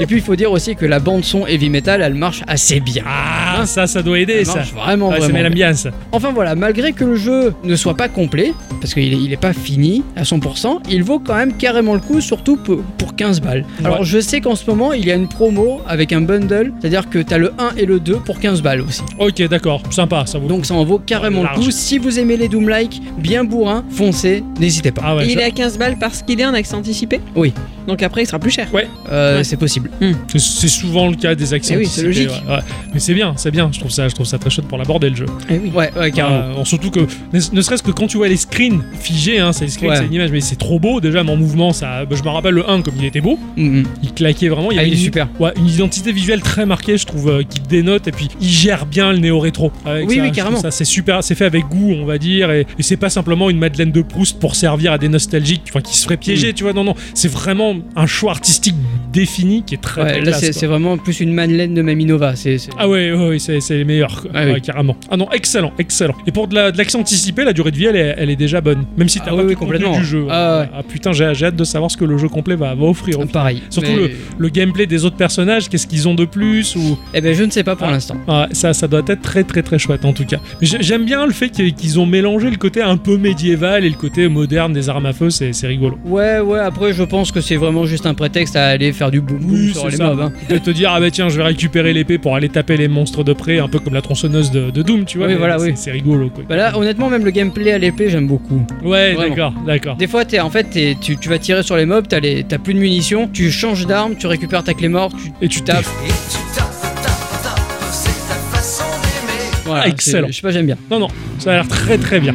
Et puis, il faut dire aussi que la bande son heavy metal, elle marche assez bien. Ah, ça, ça doit aider, Elle ça. marche vraiment, Ouais, ça vraiment. met bien. l'ambiance. Enfin voilà, malgré que le jeu ne soit pas complet, parce qu'il est, il est pas fini à 100%, il vaut quand même carrément le coup, surtout pour, pour 15 balles. Alors Ouais. je sais qu'en ce moment, il y a une promo avec un bundle, c'est-à-dire que t'as le 1 et le 2 pour 15 balles aussi. Ok, d'accord. Sympa, ça vous. Donc ça en vaut carrément le Large. coup. Si vous aimez les Doom-like, bien bourrin, foncez, n'hésitez pas. Ah ouais, Et je- il est à 15 balles parce qu'il est en accès anticipé Oui. Donc après, il sera plus cher. Euh, Ouais. C'est possible. c'est- c'est souvent le cas des accents. Eh oui, c'est anticipés, logique. ouais, ouais. Mais c'est bien, c'est bien. Je trouve ça, je trouve ça très chouette pour l'aborder le jeu. Ouais, ouais, carrément. Euh, surtout que ne, ne serait-ce que quand tu vois les screens figés, hein, c'est les screens, Ouais. c'est une image, mais c'est trop beau déjà. Mais en mouvement, ça. bah, je me rappelle le 1 comme il était beau. Mm, mm. Il claquait vraiment. Il y Ah, avait il est une- super. Ouais, une identité visuelle très marquée, je trouve, euh, qui dénote. Et puis, il gère bien le néo-rétro. avec ça, Oui, oui, je trouve carrément. Ça, c'est super. C'est fait avec goût, on va dire. Et, et c'est pas simplement une Madeleine de Proust pour servir à des nostalgiques, enfin, qui se feraient piéger, tu vois. Non, non. C'est vraiment un choix artistique défini qui est très, Ouais, très là, classe, c'est quoi. c'est vraiment plus une Madeleine de Maminova. C'est c'est- Ah ouais, ouais, ouais, c'est, c'est les meilleurs, quoi. Ah oui. Ouais, carrément. Ah non, excellent, excellent. Et pour de, la, de l'action anticipée, la durée de vie, elle est, elle est déjà bonne. Même si t'as Ah pas oui, tout oui, le contenu complètement. du jeu. Ah ouais. Ah, putain, j'ai, j'ai hâte de savoir ce que le jeu complet va, va offrir. pareil. Surtout Mais- Le gameplay des autres personnages, qu'est-ce qu'ils ont de plus ou... Eh ben, je ne sais pas pour Ah. l'instant. Ah, ça, ça doit être très très très chouette en tout cas. Mais j'ai- J'aime bien le fait qu'il- qu'ils ont mélangé le côté un peu médiéval et le côté moderne des armes à feu, c'est, c'est rigolo. Ouais, ouais, après, je pense que c'est vraiment juste un prétexte à aller faire du boum boum Oui, sur c'est les ça. mobs. hein. <laughs> De te dire, ah bah tiens, je vais récupérer l'épée pour aller taper les monstres de près, un peu comme la tronçonneuse de, de Doom, tu vois. Oui, mais voilà, c'est, oui. c'est rigolo quoi. Bah là, honnêtement, même le gameplay à l'épée, j'aime beaucoup. Ouais, Vraiment. d'accord, d'accord. Des fois, t'es, en fait, t'es- tu, tu vas tirer sur les mobs, t'as, les, t'as plus de munitions, tu changes d'arme, tu récupères ta clé mort, tu, Et tu tapes. Et tu tapes, tapes, tapes, c'est ta façon d'aimer. Voilà, Ah, excellent. c'est- Je sais pas, j'aime bien. Non, non, ça a l'air très très bien.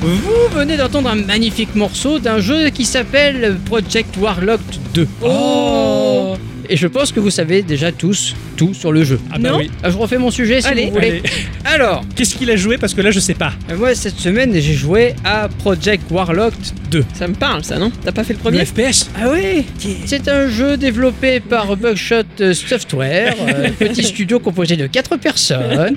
Vous venez d'entendre un magnifique morceau d'un jeu qui s'appelle Project Warlock 2. Oh. Et je pense que vous savez déjà tous tout sur le jeu. Ah bah Non. oui. Ah, Je refais mon sujet si Allez. vous voulez. Allez. Alors, Qu'est-ce qu'il a joué Parce que là, je sais pas. euh, moi cette semaine j'ai joué à Project Warlock 2. Ça me parle, ça, non T'as pas fait le Le premier FPS Ah oui C'est un jeu développé par Bugshot euh, Software, euh, petit studio composé de 4 personnes.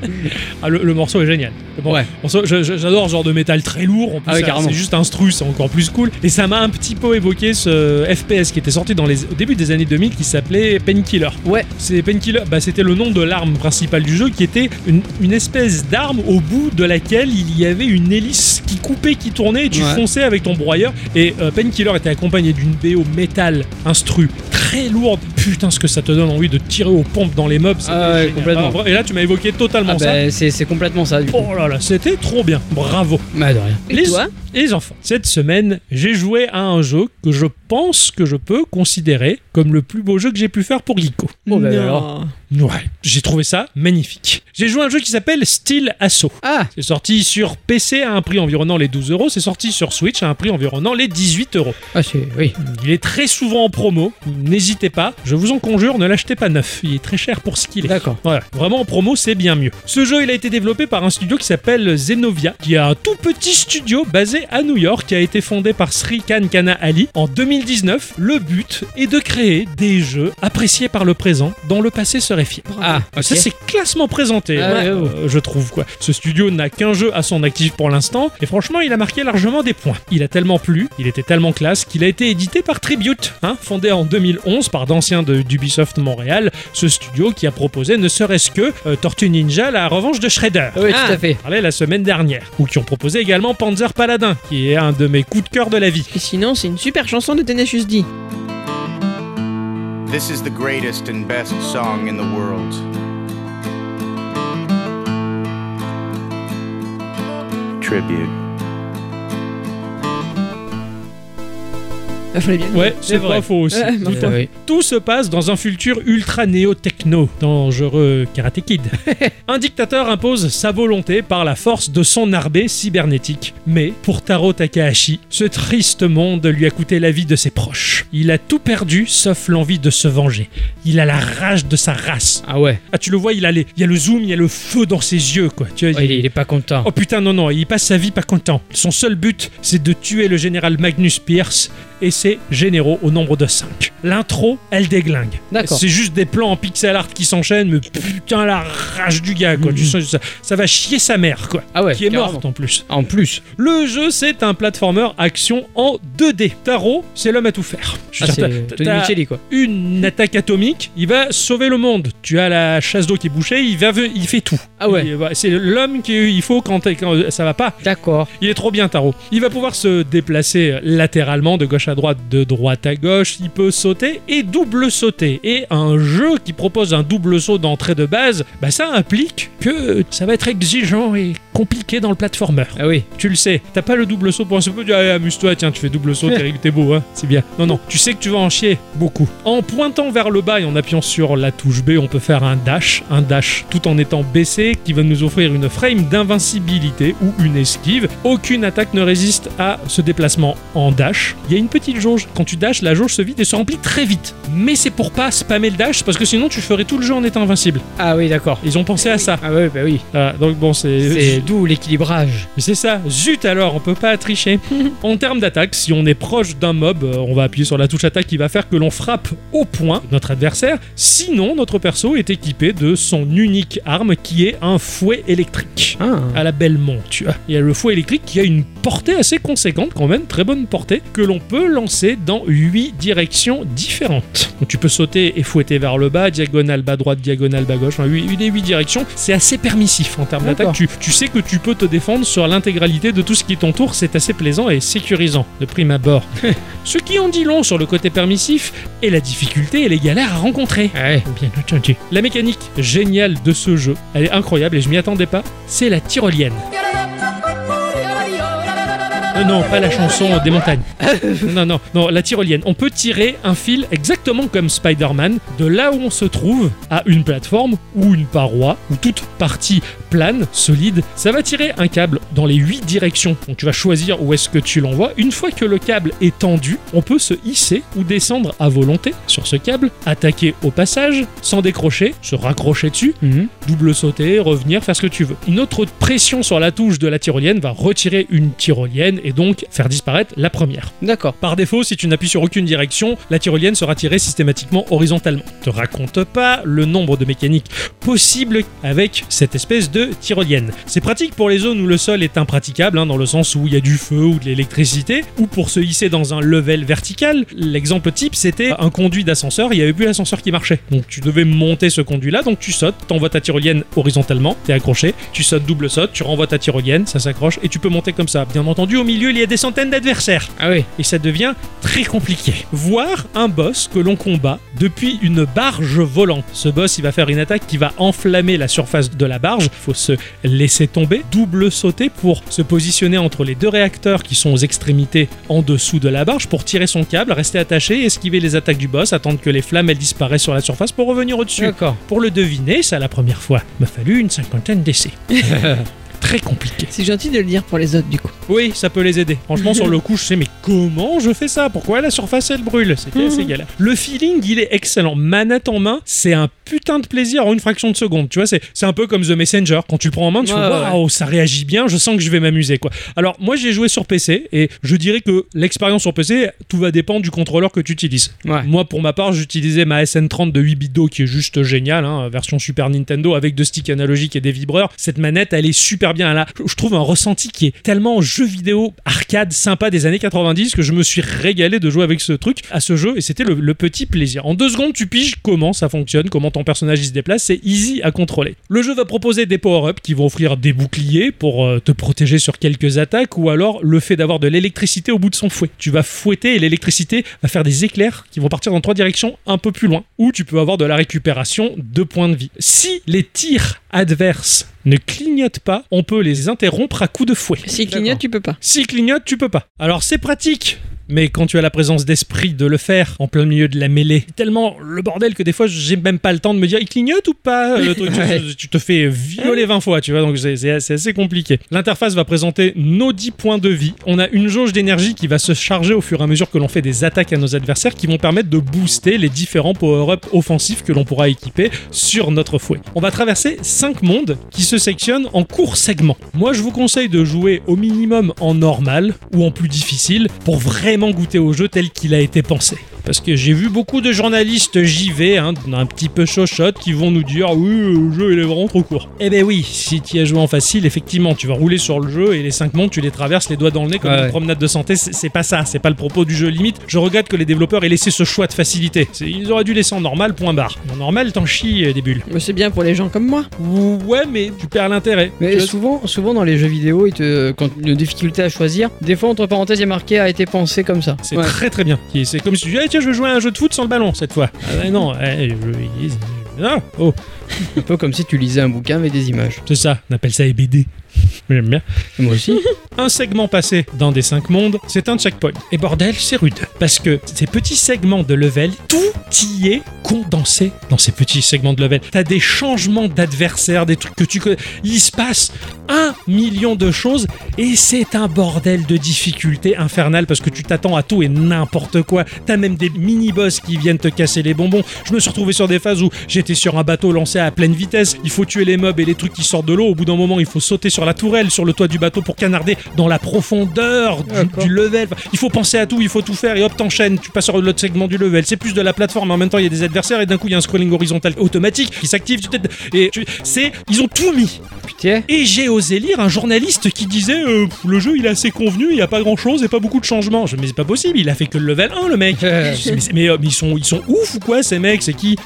ah, le, le morceau est génial. Le mor- Ouais. morceau- je- je- J'adore ce genre de métal très lourd. En plus, Ah oui, ça- carrément. c'est juste instru, c'est encore plus cool. Et ça m'a un petit peu évoqué ce FPS qui était sorti dans les, au début des années 2000 qui s'appelait Painkiller. Ouais. C'est Painkiller, bah, c'était le nom de l'arme principale du jeu qui était une, une espèce d'arme au bout de laquelle il y avait une hélice qui coupait, qui tournait et tu Ouais. fonçais avec ton broyeur. Et euh, Painkiller était accompagné d'une BO métal instru très lourde. Putain, ce que ça te donne envie de tirer aux pompes dans les mobs. c'était Ah ouais, génial. complètement. Ah, vra- et là, tu m'as évoqué totalement Ah ça. bah, c'est c'est complètement ça du coup. Oh là là, c'était trop bien. Bravo. Bah, de rien. Et les, toi les enfants, cette semaine, j'ai joué à un jeu que je pense que je peux considérer comme le plus beau jeu que j'ai pu faire pour Geeko. Oh là là Non. alors. Ouais, j'ai trouvé ça magnifique. J'ai joué à un jeu qui s'appelle Steel Assault. Ah C'est sorti sur PC à un prix environnant les 12 euros. C'est sorti sur Switch à un prix environnant les 18 euros. Ah c'est... oui. Il est très souvent en promo. N'hésitez pas. Je vous en conjure, ne l'achetez pas neuf. Il est très cher pour ce qu'il est. D'accord. Voilà, vraiment en promo, c'est bien mieux. Ce jeu, il a été développé par un studio qui s'appelle Zenovia, qui est un tout petit studio basé à New York, qui a été fondé par Sri Khan Kana Ali en 2019. Le but est de créer des jeux appréciés par le présent, dont le passé serait fier. Ah, ok. Ça, c'est classement présenté, Ah, ouais, ouais. euh, je trouve. quoi. Ce studio n'a qu'un jeu à son actif pour l'instant, et franchement, il a marqué largement des points. Il a tellement plu, il était tellement classe, qu'il a été édité par Tribute, hein, fondé en 2011 par d'anciens de- d'Ubisoft Montréal, ce studio qui a proposé ne serait-ce que euh, Tortue Ninja, la revanche de Shredder. Ah oui, Ah. tout à fait. On en parlait la semaine dernière, ou qui ont proposé également Panzer Paladin, qui est un de mes coups de cœur de la vie. Et sinon, c'est une super chanson de Tenacious D. This is the greatest and best song in the world. Tribute. Ah, fallait bien. le Ouais, C'est c'est vrai. pas faux aussi. Ouais, ma Tout à fait. Tout se passe dans un futur ultra néo-techno, dangereux Karate Kid. un dictateur impose sa volonté par la force de son armée cybernétique. Mais pour Taro Takahashi, ce triste monde lui a coûté la vie de ses proches. Il a tout perdu sauf l'envie de se venger. Il a la rage de sa race. Ah ouais. Ah, tu le vois, il a les- il y a le zoom, il y a le feu dans ses yeux, quoi. Tu vois, Ouais, il, est, il est pas content. Oh putain, non, non, il passe sa vie pas content. Son seul but, c'est de tuer le général Magnus Pierce et ses généraux au nombre de 5. L'intro, elle déglingue. D'accord. C'est juste des plans en pixel art qui s'enchaînent, mais putain, la rage du gars, quoi. Mhm. Tu sens- ça, ça va chier sa mère, quoi. Ah ouais. qui est carrément. morte en plus. En plus. Le jeu, c'est un platformer action en 2D. Taro, c'est l'homme à tout faire. Je Ah, veux dire, c'est t'as- Tony t'as- Micheli quoi. une attaque atomique, il va sauver le monde. Tu as la chasse d'eau qui est bouchée, il va, il fait tout. Ah ouais. Il- bah, C'est l'homme qu'il faut quand, quand ça va pas. D'accord. Il est trop bien Taro. Il va pouvoir se déplacer latéralement de gauche à droite, de droite à gauche. Il peut sauter et double sauter. Et un jeu qui propose un double saut d'entrée de base, bah ça implique que ça va être exigeant et compliqué dans le platformer. Ah oui. Tu le sais, t'as pas le double saut pour un peu, amuse-toi, tiens, tu fais double saut, t'es t'es beau, hein, c'est bien. Non, non, tu sais que tu vas en chier beaucoup. En pointant vers le bas et en appuyant sur la touche B, on peut faire un dash, un dash tout en étant baissé, qui va nous offrir une frame d'invincibilité ou une esquive. Aucune attaque ne résiste à ce déplacement en dash. Il y a une petite jauge. Quand tu dashes, la jauge se vide et se remplit très vite. Mais c'est pour pas spammer le dash, parce que sinon tu ferais tout le jeu en étant invincible. Ah oui, d'accord. Ils ont pensé à ça. Ah ouais, bah oui. Ah, donc bon, C'est d'où l'équilibrage. mais C'est ça, zut alors, on peut pas tricher. en termes d'attaque, si on est proche d'un mob, euh, on va appuyer sur la touche attaque qui va faire que l'on frappe au point notre adversaire. Sinon, notre perso est équipé de son unique arme qui est un fouet électrique. Ah. À la Belmont, tu vois. Il y a le fouet électrique qui a une portée assez conséquente, quand même, très bonne portée, que l'on peut lancer dans 8 directions différentes. Donc tu peux sauter et fouetter vers le bas, diagonale bas droite, diagonale bas gauche, enfin 8, des 8 directions. C'est assez permissif en termes D'accord. d'attaque. Tu, tu sais que tu peux te défendre sur l'intégralité de tout ce qui t'entoure, c'est assez plaisant et sécurisant de prime <laughs> abord. ce qui en dit long sur le côté permissif et la difficulté et les galères à rencontrer. Ouais. Bien entendu. La mécanique géniale de ce jeu, elle est incroyable et je m'y attendais pas, c'est la tyrolienne. Euh, non, pas la chanson des montagnes. non, non, non, la tyrolienne. On peut tirer un fil exactement comme Spider-Man de là où on se trouve à une plateforme ou une paroi ou toute partie plane, solide, ça va tirer un câble dans les 8 directions. Donc tu vas choisir où est-ce que tu l'envoies. Une fois que le câble est tendu, on peut se hisser ou descendre à volonté sur ce câble, attaquer au passage, sans décrocher, se raccrocher dessus, Mhm. double sauter, revenir, faire ce que tu veux. Une autre pression sur la touche de la tyrolienne va retirer une tyrolienne et donc faire disparaître la première. D'accord. Par défaut, si tu n'appuies sur aucune direction, la tyrolienne sera tirée systématiquement horizontalement. Te raconte pas le nombre de mécaniques possibles avec cette espèce de tyrolienne. C'est pratique pour les zones où le sol est impraticable, hein, dans le sens où il y a du feu ou de l'électricité, ou pour se hisser dans un level vertical. L'exemple type, c'était un conduit d'ascenseur, il n'y avait plus l'ascenseur qui marchait. Donc tu devais monter ce conduit-là, donc tu sautes, t'envoies ta tyrolienne horizontalement, t'es accroché, tu sautes double saute, tu renvoies ta tyrolienne, ça s'accroche, et tu peux monter comme ça. Bien entendu, au milieu, il y a des centaines d'adversaires Ah oui. et ça devient très compliqué. Voir un boss que l'on combat depuis une barge volante. Ce boss, il va faire une attaque qui va enflammer la surface de la barge. Il faut se laisser tomber, double sauter pour se positionner entre les deux réacteurs qui sont aux extrémités en dessous de la barge pour tirer son câble, rester attaché, esquiver les attaques du boss, attendre que les flammes elles disparaissent sur la surface pour revenir au-dessus. D'accord. Pour le deviner, ça la première fois, m'a fallu une cinquantaine d'essais. Très compliqué. C'est gentil de le dire pour les autres, du coup. Oui, ça peut les aider. Franchement, sur le coup, je sais, mais comment je fais ça Pourquoi la surface elle brûle Mhm. C'était assez galère. Le feeling, il est excellent. Manette en main, c'est un putain de plaisir en une fraction de seconde. Tu vois, c'est c'est un peu comme The Messenger. Quand tu le prends en main, tu Ouais, fais ouais. waouh, ça réagit bien, je sens que je vais m'amuser, quoi. Alors, moi, j'ai joué sur PC et je dirais que l'expérience sur PC, tout va dépendre du contrôleur que tu utilises. Ouais. Moi, pour ma part, j'utilisais ma SN30 de 8 bits d'eau qui est juste géniale, hein, version Super Nintendo avec deux sticks analogiques et des vibreurs. Cette manette, elle est super bien. Elle a, je trouve un ressenti qui est tellement jeu vidéo arcade sympa des années 90 que je me suis régalé de jouer avec ce truc à ce jeu et c'était le, le petit plaisir. En deux secondes, tu piges comment ça fonctionne, comment ton personnage il se déplace, c'est easy à contrôler. Le jeu va proposer des power-ups qui vont offrir des boucliers pour euh, te protéger sur quelques attaques ou alors le fait d'avoir de l'électricité au bout de son fouet. Tu vas fouetter et l'électricité va faire des éclairs qui vont partir dans trois directions un peu plus loin ou tu peux avoir de la récupération de points de vie. Si les tirs adverses ne clignotent pas, on peut les interrompre à coups de fouet. Si clignote, tu peux pas. S'il clignote, tu peux pas. Alors c'est pratique mais quand tu as la présence d'esprit de le faire en plein milieu de la mêlée, c'est tellement le bordel que des fois j'ai même pas le temps de me dire il clignote ou pas euh, le truc. Tu- Ouais. tu, te fais violer 20 fois, tu vois, donc c'est c'est- c'est assez compliqué. L'interface va présenter nos 10 points de vie. On a une jauge d'énergie qui va se charger au fur et à mesure que l'on fait des attaques à nos adversaires qui vont permettre de booster les différents power-ups offensifs que l'on pourra équiper sur notre fouet. On va traverser 5 mondes qui se sectionnent en court segment. Moi, je vous conseille de jouer au minimum en normal ou en plus difficile pour vraiment goûter au jeu tel qu'il a été pensé. Parce que j'ai vu beaucoup de journalistes JV, hein, un petit peu chochottes, qui vont nous dire oui, le jeu il est vraiment trop court. Eh ben oui, si tu as joué en facile, effectivement, tu vas rouler sur le jeu et les 5 mondes, tu les traverses les doigts dans le nez comme Ouais, une ouais. promenade de santé. C'est c'est pas ça, c'est pas le propos du jeu limite. Je regrette que les développeurs aient laissé ce choix de facilité. C'est- Ils auraient dû laisser en normal, point barre. En normal, t'en chies euh, des bulles. Mais c'est bien pour les gens comme moi. Ouais, mais tu perds l'intérêt. Tu Mais vois, souvent, souvent dans les jeux vidéo, ils te, quand il y a une difficulté à choisir, des fois entre parenthèses, il y a marqué a été pensé comme ça. C'est Ouais. très très bien. Qui- C'est comme si tu dis, Ah, tiens, je vais jouer à un jeu de foot sans le ballon cette fois. Ah ben non, eh, je- Ah, oh, un peu comme si tu lisais un bouquin avec des images. c'est ça, on appelle ça E EBD. J'aime bien. <laughs> Moi aussi. un segment passé dans des 5 mondes, c'est un checkpoint. Et bordel, c'est rude. Parce que ces petits segments de level, tout y est condensé dans ces petits segments de level. T'as des changements d'adversaires, des trucs que tu connais. Il se passe un million de choses et c'est un bordel de difficulté infernale parce que tu t'attends à tout et n'importe quoi. T'as même des mini-boss qui viennent te casser les bonbons. Je me suis retrouvé sur des phases où j'étais sur un bateau lancé à pleine vitesse. Il faut tuer les mobs et les trucs qui sortent de l'eau. Au bout d'un moment, il faut sauter sur la tourelle, sur le toit du bateau pour canarder dans la profondeur du, D'accord. du level. Enfin, Il faut penser à tout, il faut tout faire et hop, t'enchaînes. Tu passes sur l'autre segment du level. C'est plus de la plateforme. En même temps, il y a des adversaires et d'un coup, il y a un scrolling horizontal automatique qui s'active. Tu t'aides- Et tu... c'est. Ils ont tout mis. Putain. Et j'ai osé lire un journaliste qui disait euh, Pff, le jeu il est assez convenu, il n'y a pas grand chose et pas beaucoup de changements. Je me dis c'est pas possible, il a fait que le level 1 le mec. Je dis, mais, c'est- mais, euh, mais ils sont ils sont ouf ou quoi ces mecs, c'est qui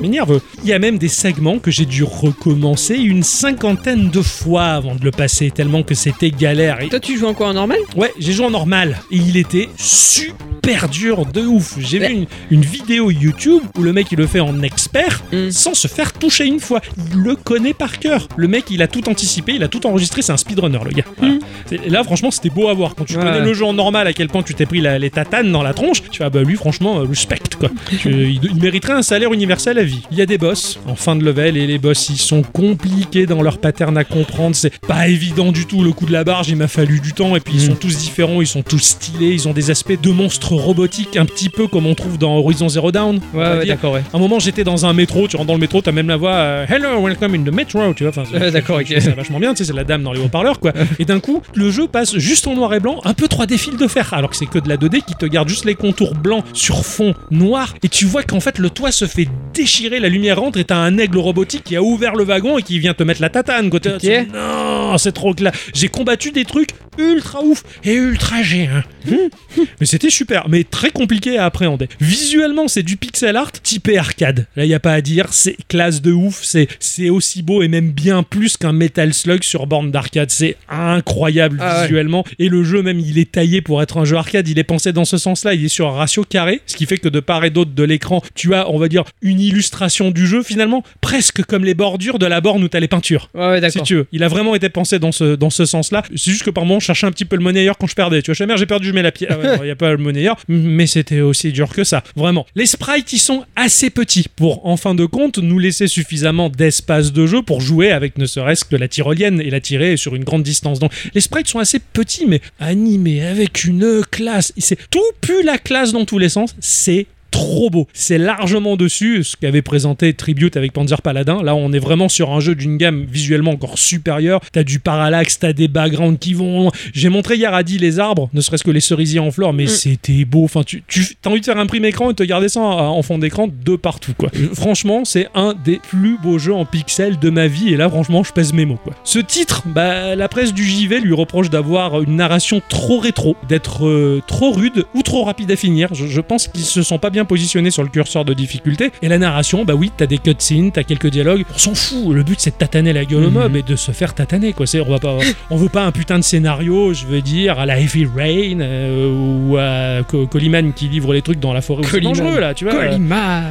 M'énerve. Il y a même des segments que j'ai dû recommencer une cinquantaine de fois avant de le passer tellement que c'était galère. Et- Toi, tu joues encore en normal Ouais, j'ai joué en normal et il était super hyper dur de ouf. J'ai Ouais. vu une, une vidéo YouTube où le mec il le fait en expert Mm. sans se faire toucher une fois. Il le connaît par cœur. Le mec il a tout anticipé, il a tout enregistré. C'est un speedrunner le gars. Voilà. C'est- Là franchement c'était beau à voir. Quand tu Ouais. connais le jeu en normal, à quel point tu t'es pris la- les tatanes dans la tronche, tu vois, bah lui franchement euh, respect quoi. Tu- il, il mériterait un salaire universel à vie. Il y a des boss en fin de level et les boss ils sont compliqués dans leur pattern à comprendre. C'est pas évident du tout. Le coup de la barge il m'a fallu du temps et puis ils Mm. sont tous différents, ils sont tous stylés, ils ont des aspects de monstres robotiques un petit peu comme on trouve dans Horizon Zero Dawn. on Ouais, va ouais, dire. d'accord, ouais. À un moment, j'étais dans un métro, tu rentres dans le métro, t'as même la voix euh, Hello, welcome in the metro, tu vois. Enfin, Ouais, d'accord, ok. je trouve ça vachement bien, tu sais, c'est la dame dans les haut-parleurs, <laughs> quoi. et d'un coup, le jeu passe juste en noir et blanc, un peu 3D fil de fer, alors que c'est que de la 2D qui te garde juste les contours blancs sur fond noir, et tu vois qu'en fait, le toit se fait déchirer, la lumière rentre, et t'as un aigle robotique qui a ouvert le wagon et qui vient te mettre la tatane, quoi. T'es là, Ok. tu dis, Non, c'est trop clair. J'ai combattu des trucs ultra ouf et ultra géants. Mais c'était super, mais très compliqué à appréhender. Visuellement, c'est du pixel art typé arcade. Là, il n'y a pas à dire, c'est classe de ouf, c'est c'est aussi beau et même bien plus qu'un Metal Slug sur borne d'arcade. C'est incroyable Ah ouais. visuellement. Et le jeu, même, il est taillé pour être un jeu arcade. Il est pensé dans ce sens-là. Il est sur un ratio carré, ce qui fait que de part et d'autre de l'écran, tu as, on va dire, une illustration du jeu, finalement, presque comme les bordures de la borne où tu as les peintures. Ouais, ouais, Si d'accord. tu veux. Il a vraiment été pensé dans ce, dans ce sens-là. C'est juste que par moment, je cherchais un petit peu le monnayeur quand je perdais. Tu vois, chez mère, j'ai perdu, je mets la pièce. Ah ouais, non, il n'y a pas le monnayeur, mais c'était aussi dur que ça. Vraiment. Les sprites, ils sont assez petits pour, en fin de compte, nous laisser suffisamment d'espace de jeu pour jouer avec ne serait-ce que la tyrolienne et la tirer sur une grande distance. Donc, les sprites sont assez petits, mais animés avec une classe. C'est tout pue la classe dans tous les sens. C'est trop beau. C'est largement dessus ce qu'avait présenté Tribute avec Panzer Paladin. Là, on est vraiment sur un jeu d'une gamme visuellement encore supérieure. T'as du parallaxe, t'as des backgrounds qui vont. loin. J'ai montré hier à Di les arbres, ne serait-ce que les cerisiers en fleurs, mais c'était beau. Enfin, tu, tu as envie de faire un prime écran et te garder ça en, en fond d'écran de partout. Quoi. Je- Franchement, c'est un des plus beaux jeux en pixels de ma vie. Et là, franchement, je pèse mes mots. Quoi. Ce titre, bah, la presse du JV lui reproche d'avoir une narration trop rétro, d'être euh, trop rude ou trop rapide à finir. Je, je pense qu'ils se sont pas bien positionnés sur le curseur de difficulté. Et la narration, bah oui, t'as des cutscenes, t'as quelques dialogues. On s'en fout. Le but, c'est de tataner la gueule au mob Mhm. et de se faire tataner. Quoi. C'est- On, va pas, on veut pas un putain de scénario, je veux dire, à la Heavy Rain euh, ou à Co- Coleman qui livre les trucs dans la forêt. où C'est Coleman. dangereux, là, tu vois. Colima.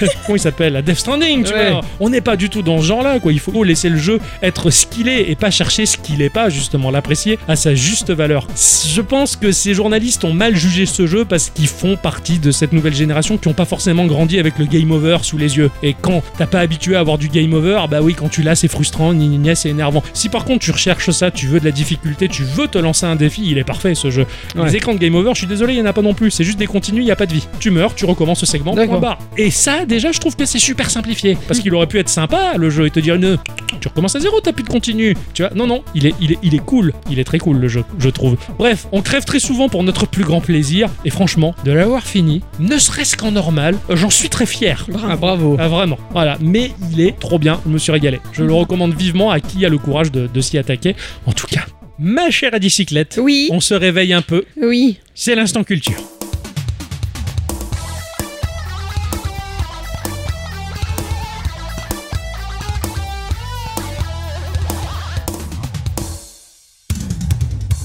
<laughs> Comment il s'appelle la Death Stranding, tu Ouais. vois. On n'est pas du tout dans ce genre-là, quoi. Il faut laisser le jeu être ce qu'il est et pas chercher ce qu'il est pas, justement, l'apprécier à sa juste valeur. Je pense que ces journalistes ont mal jugé ce jeu parce qu'ils font partie de cette nouvelle génération qui n'ont pas forcément grandi avec le game over sous les yeux. Et quand t'as pas habitué à avoir du game over, bah oui, quand tu l'as, c'est frustrant, gna gna gna, c'est énervant. Si par contre tu recherches ça, tu veux de la difficulté, tu veux te lancer un défi, il est parfait ce jeu. Ouais. Les écrans de game over, je suis désolé, il n'y en a pas non plus. C'est juste des continues, il n'y a pas de vie. Tu meurs, tu recommences ce segment, point D'accord. barre. Et ça, déjà, je trouve que c'est super simplifié. Parce qu'il aurait pu être sympa, le jeu, et te dire, ne, tu recommences à zéro, t'as plus de continu. Tu vois, non, non, il est, il, est, il est cool. Il est très cool, le jeu, je trouve. Bref, on crève très souvent pour notre plus grand plaisir. Et franchement, de l'avoir fini, ne serait-ce qu'en normal, euh, j'en suis très fier. Ah, bravo. Ah, vraiment, voilà. Mais il est trop bien, je me suis régalé. Je le recommande vivement à qui a le courage de, de s'y attaquer. En tout cas, ma chère à bicyclette, Oui, on se réveille un peu. oui. C'est l'instant culture.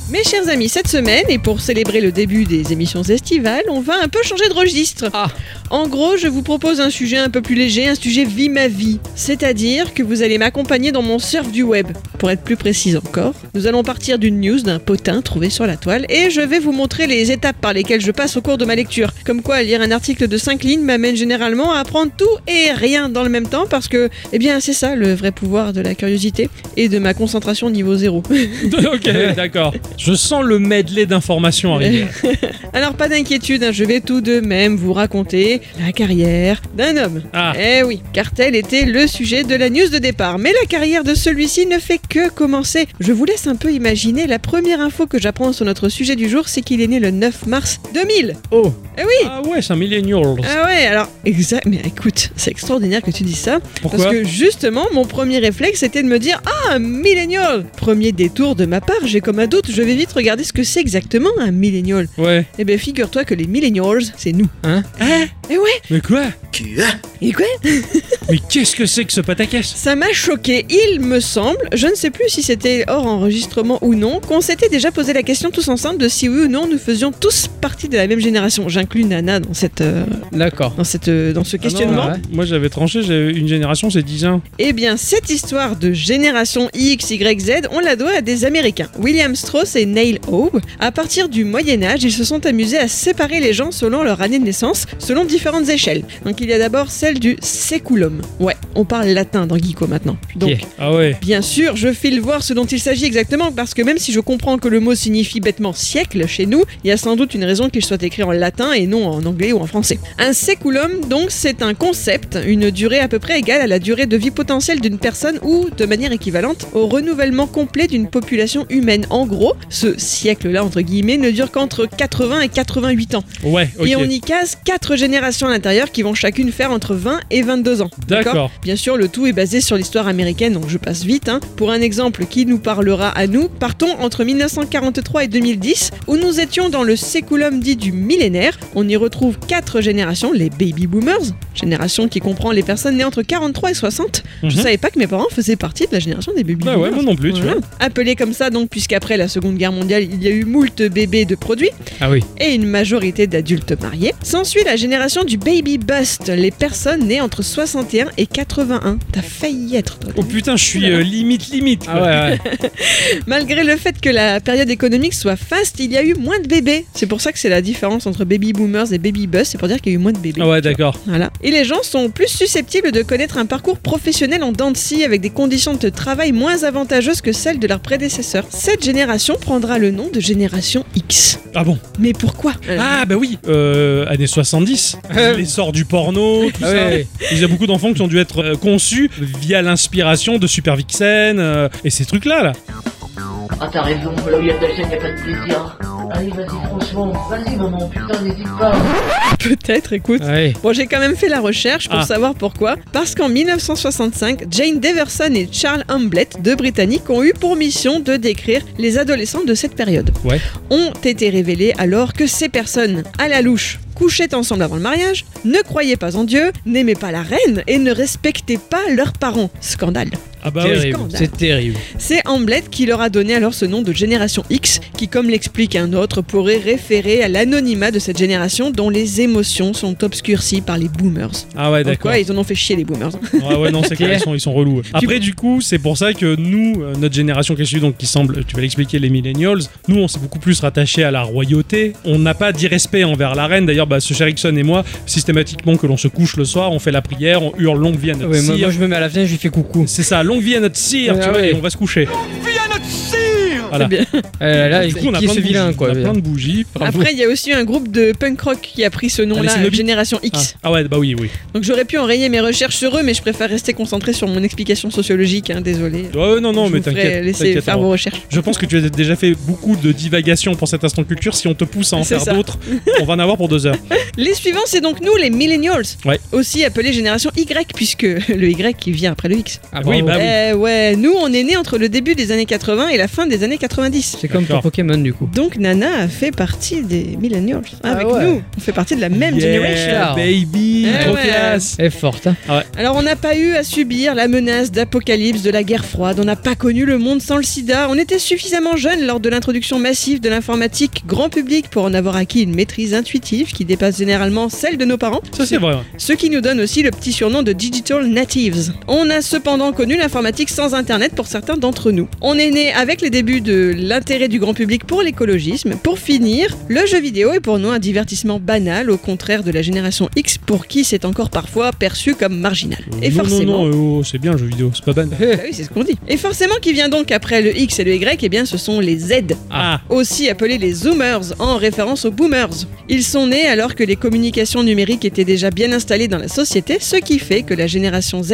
Mes chers amis, cette semaine, et pour célébrer le début des émissions estivales, on va un peu changer de registre. Ah. En gros, je vous propose un sujet un peu plus léger, un sujet vie ma vie. C'est-à-dire que vous allez m'accompagner dans mon surf du web. Pour être plus précise encore, nous allons partir d'une news d'un potin trouvé sur la toile et je vais vous montrer les étapes par lesquelles je passe au cours de ma lecture. Comme quoi, lire un article de 5 lignes m'amène généralement à apprendre tout et rien dans le même temps parce que, eh bien, c'est ça le vrai pouvoir de la curiosité et de ma concentration niveau zéro. <laughs> ok, d'accord. Je sens le medley d'informations <laughs> arriver. Euh, Alors pas d'inquiétude, hein, je vais tout de même vous raconter la carrière d'un homme. Ah, Eh oui, car tel était le sujet de la news de départ. Mais la carrière de celui-ci ne fait que commencer. Je vous laisse un peu imaginer, la première info que j'apprends sur notre sujet du jour, c'est qu'il est né le 9 mars 2000. oh. Eh oui Ah ouais, c'est un millennial. Ah ouais, alors, exact, mais écoute, c'est extraordinaire que tu dises ça. Pourquoi Parce que justement, mon premier réflexe était de me dire Ah, un millennial Premier détour de ma part, j'ai comme un doute, je vais vite regarder ce que c'est exactement un millénial. Ouais. Eh bien, figure-toi que les millennials, c'est nous. Hein Eh ouais Mais quoi Et quoi Mais qu'est-ce que c'est que ce pataquès Ça m'a choqué, il me semble, je ne sais plus si c'était hors enregistrement ou non, qu'on s'était déjà posé la question tous ensemble de si oui ou non nous faisions tous partie de la même génération. J'inclus Nana dans, cette, euh, Ah. D'accord. dans, cette, euh, dans ce questionnement. non, ouais. Moi j'avais tranché, j'avais une génération, c'est 10 ans. Eh bien, cette histoire de génération X, Y, Z, on la doit à des Américains, William Strauss et Neil Howe. À partir du Moyen Âge, ils se sont amusés à séparer les gens selon leur année de naissance, selon différentes échelles. Donc il y a d'abord celle du séculum. Ouais, on parle latin dans Geeko maintenant. Donc, Ok. Ah ouais. Bien sûr, je file voir ce dont il s'agit exactement, parce que même si je comprends que le mot signifie bêtement siècle chez nous, il y a sans doute une raison qu'il soit écrit en latin et non en anglais ou en français. Un séculum, donc, c'est un concept, une durée à peu près égale à la durée de vie potentielle d'une personne ou, de manière équivalente, au renouvellement complet d'une population humaine. En gros, ce siècle-là, entre guillemets, ne dure qu'entre 80 et 88 ans. Ouais, ok. Et on y case quatre générations à l'intérieur qui vont chacune faire entre 20 et 22 ans. D'accord. Bien sûr, le tout est basé sur l'histoire américaine, donc je passe vite. hein. Pour un exemple qui nous parlera à nous, partons entre 1943 et 2010, où nous étions dans le séculum dit du millénaire. On y retrouve quatre générations, les baby boomers, génération qui comprend les personnes nées entre 43 et 60. Je Mhm. savais pas que mes parents faisaient partie de la génération des baby Bah boomers. ouais, moi non plus, tu Voilà. vois. Appelé comme ça donc puisqu'après la Seconde Guerre mondiale, il y a eu moult bébés de produits Ah oui. et une majorité d'adultes mariés. S'ensuit la génération du baby bust, les personnes nées entre 61 et 81. T'as failli y être, toi. Oh putain, je suis euh, limite, limite. quoi. Ah ouais, ouais. Malgré le fait que la période économique soit faste, il y a eu moins de bébés. C'est pour ça que c'est la différence entre baby boomers et baby bust, c'est pour dire qu'il y a eu moins de bébés. <laughs> Ah ouais, d'accord. Voilà. Et les gens sont plus susceptibles de connaître un parcours professionnel en dents de scie avec des conditions de travail moins avantageuses que celles de leurs prédécesseurs. Cette génération prendra le nom de génération X. Ah bon Mais pourquoi Ah bah oui Euh, Années 70, l'essor du porno, tout Euh. Ah ça. ouais. Il y a beaucoup d'enfants qui ont dû être euh, conçus via l'inspiration de Super Vixen euh, et ces trucs-là, là. Ah t'as raison, là où il y a de la chaîne, y a pas de plaisir. Allez, vas-y, franchement, vas-y maman, putain, n'hésite pas. Peut-être, écoute. Bah Ouais. Bon, j'ai quand même fait la recherche pour Ah. savoir pourquoi. Parce qu'en 1965, Jane Deverson et Charles Hamblett, deux Britanniques, ont eu pour mission de décrire les adolescents de cette période. Ouais. Ont été révélés alors que ces personnes, à la louche, couchaient ensemble avant le mariage, ne croyaient pas en Dieu, n'aimaient pas la reine et ne respectaient pas leurs parents. Scandale. Ah bah oui. terrible. scandale. C'est terrible. C'est Hamblett qui leur a donné alors ce nom de génération X, qui, comme l'explique un autre, pourrait référer à l'anonymat de cette génération dont les émotions sont obscurcies par les boomers. Ah ouais, D'accord. d'accord. ils en ont fait chier les boomers. hein. Ah ouais, non, <laughs> c'est clair, ils sont, ils sont relous. Après, du coup, c'est pour ça que nous, euh, notre génération qui est suivie, donc qui semble, tu vas l'expliquer, les millennials, nous, on s'est beaucoup plus rattaché à la royauté. On n'a pas d'irrespect envers la reine. D'ailleurs, bah, ce cher Ixon et moi, systématiquement, que l'on se couche le soir, on fait la prière, on hurle longue vie à notre Ouais, moi, sire. moi, je me mets à la fenêtre, je lui fais coucou. C'est ça, longue vie à notre cire, Ah tu vois, ouais. et on va se coucher. Voilà. C'est Eh bien. Ah là, là, Du coup, on a qui est plein ce de vilain, bougies, quoi. on a plein de bougies. Après, il y a aussi un groupe de punk rock qui a pris ce Ah, nom-là, les Snobby. Génération Ah. X. Ah ouais, bah oui, oui. Donc j'aurais pu enrayer mes recherches sur eux, mais je préfère rester concentré sur mon explication sociologique, hein, désolé. Oh, Ouais, ouais, non, non, Je mais vous ferai t'inquiète. laisser t'inquiète, faire on- vos recherches. Je pense que tu as déjà fait beaucoup de divagations pour cet instant culture. Si on te pousse à en C'est faire ça. <laughs> d'autres, on va en avoir pour deux heures. Les suivants, c'est donc nous, les millennials. Ouais. Aussi appelés Génération Y, puisque <laughs> le Y qui vient après le X. Ah, oui, bravo. bah oui. Eh ouais, nous, on est nés entre le début des années 80 et la fin des années 90. C'est comme D'accord. pour Pokémon, du coup. Donc Nana a fait partie des millennials. Ah, Avec ouais. nous, on fait partie de la même Yeah, génération. baby, Eh trop ouais. classe. Elle est forte, hein. Alors on n'a pas eu à subir la menace d'apocalypse de la guerre froide, on n'a pas connu le monde sans le sida, on était suffisamment jeunes lors de l'introduction massive de l'informatique grand public pour en avoir acquis une maîtrise intuitive qui dépasse généralement celle de nos parents, Ça c'est vrai. ouais. ce qui nous donne aussi le petit surnom de Digital Natives. On a cependant connu l'informatique sans Internet pour certains d'entre nous. On est né avec les débuts de l'intérêt du grand public pour l'écologisme. Pour finir, le jeu vidéo est pour nous un divertissement banal, au contraire de la génération X pour qui c'est encore parfois perçu comme marginal. Et non, forcément... non, non, euh, oh, c'est bien le jeu vidéo, c'est pas ban. Bah oui, c'est ce qu'on dit. Et forcément, qui vient donc après le X et le Y, eh bien, ce sont les Z, Ah, aussi appelés les Zoomers, en référence aux Boomers. Ils sont nés alors que les communications numériques étaient déjà bien installées dans la société, ce qui fait que la génération Z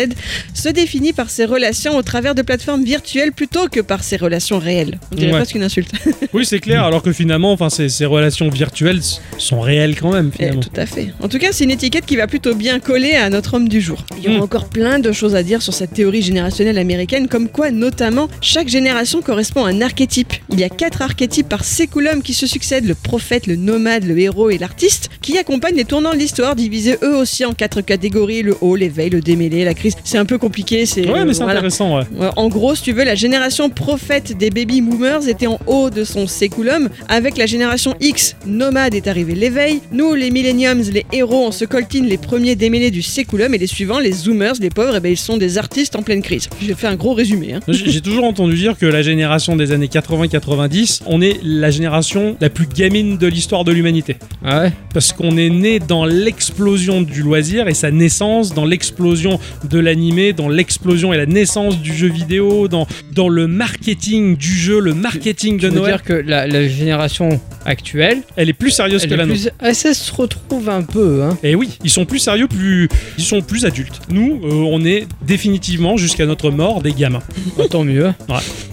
se définit par ses relations au travers de plateformes virtuelles plutôt que par ses relations réelles. On dirait Ouais. presque une insulte. Oui, c'est clair, alors que finalement, enfin, ces, ces relations virtuelles s- sont réelles quand même, Eh, finalement. tout à fait. En tout cas, c'est une étiquette qui va plutôt bien coller à notre homme du jour. Il y aura Mm. encore plein de choses à dire sur cette théorie générationnelle américaine, comme quoi, notamment, chaque génération correspond à un archétype. Il y a quatre archétypes par séculum qui se succèdent le prophète, le nomade, le héros et l'artiste, qui accompagnent les tournants de l'histoire, divisés eux aussi en quatre catégories le haut, l'éveil, le démêlé, la crise. C'est un peu compliqué, c'est. euh, Ouais, mais c'est voilà. intéressant, ouais. Ouais, En gros, si tu veux, la génération prophète des baby boomers était en haut de son séculum. Avec la génération X, nomade est arrivé l'éveil. Nous, les millenniums, les héros, on se coltine les premiers démêlés du séculum et les suivants, les zoomers, les pauvres, eh ben, ils sont des artistes en pleine crise. J'ai fait un gros résumé. hein. J'ai j'ai toujours entendu dire que la génération des années 80-90, on est la génération la plus gamine de l'histoire de l'humanité. Ah ouais Parce qu'on est né dans l'explosion du loisir et sa naissance, dans l'explosion de l'animé, dans l'explosion et la naissance du jeu vidéo, dans, dans le marketing du jeu, le marketing de Je veux Noël. dire que la, la génération actuelle, Elle est plus sérieuse elle que est la nôtre. plus... ah, ça se retrouve un peu. Hein. Et oui, ils sont plus sérieux, plus ils sont plus adultes. Nous, euh, on est définitivement jusqu'à notre mort des gamins. Ah, Tant mieux.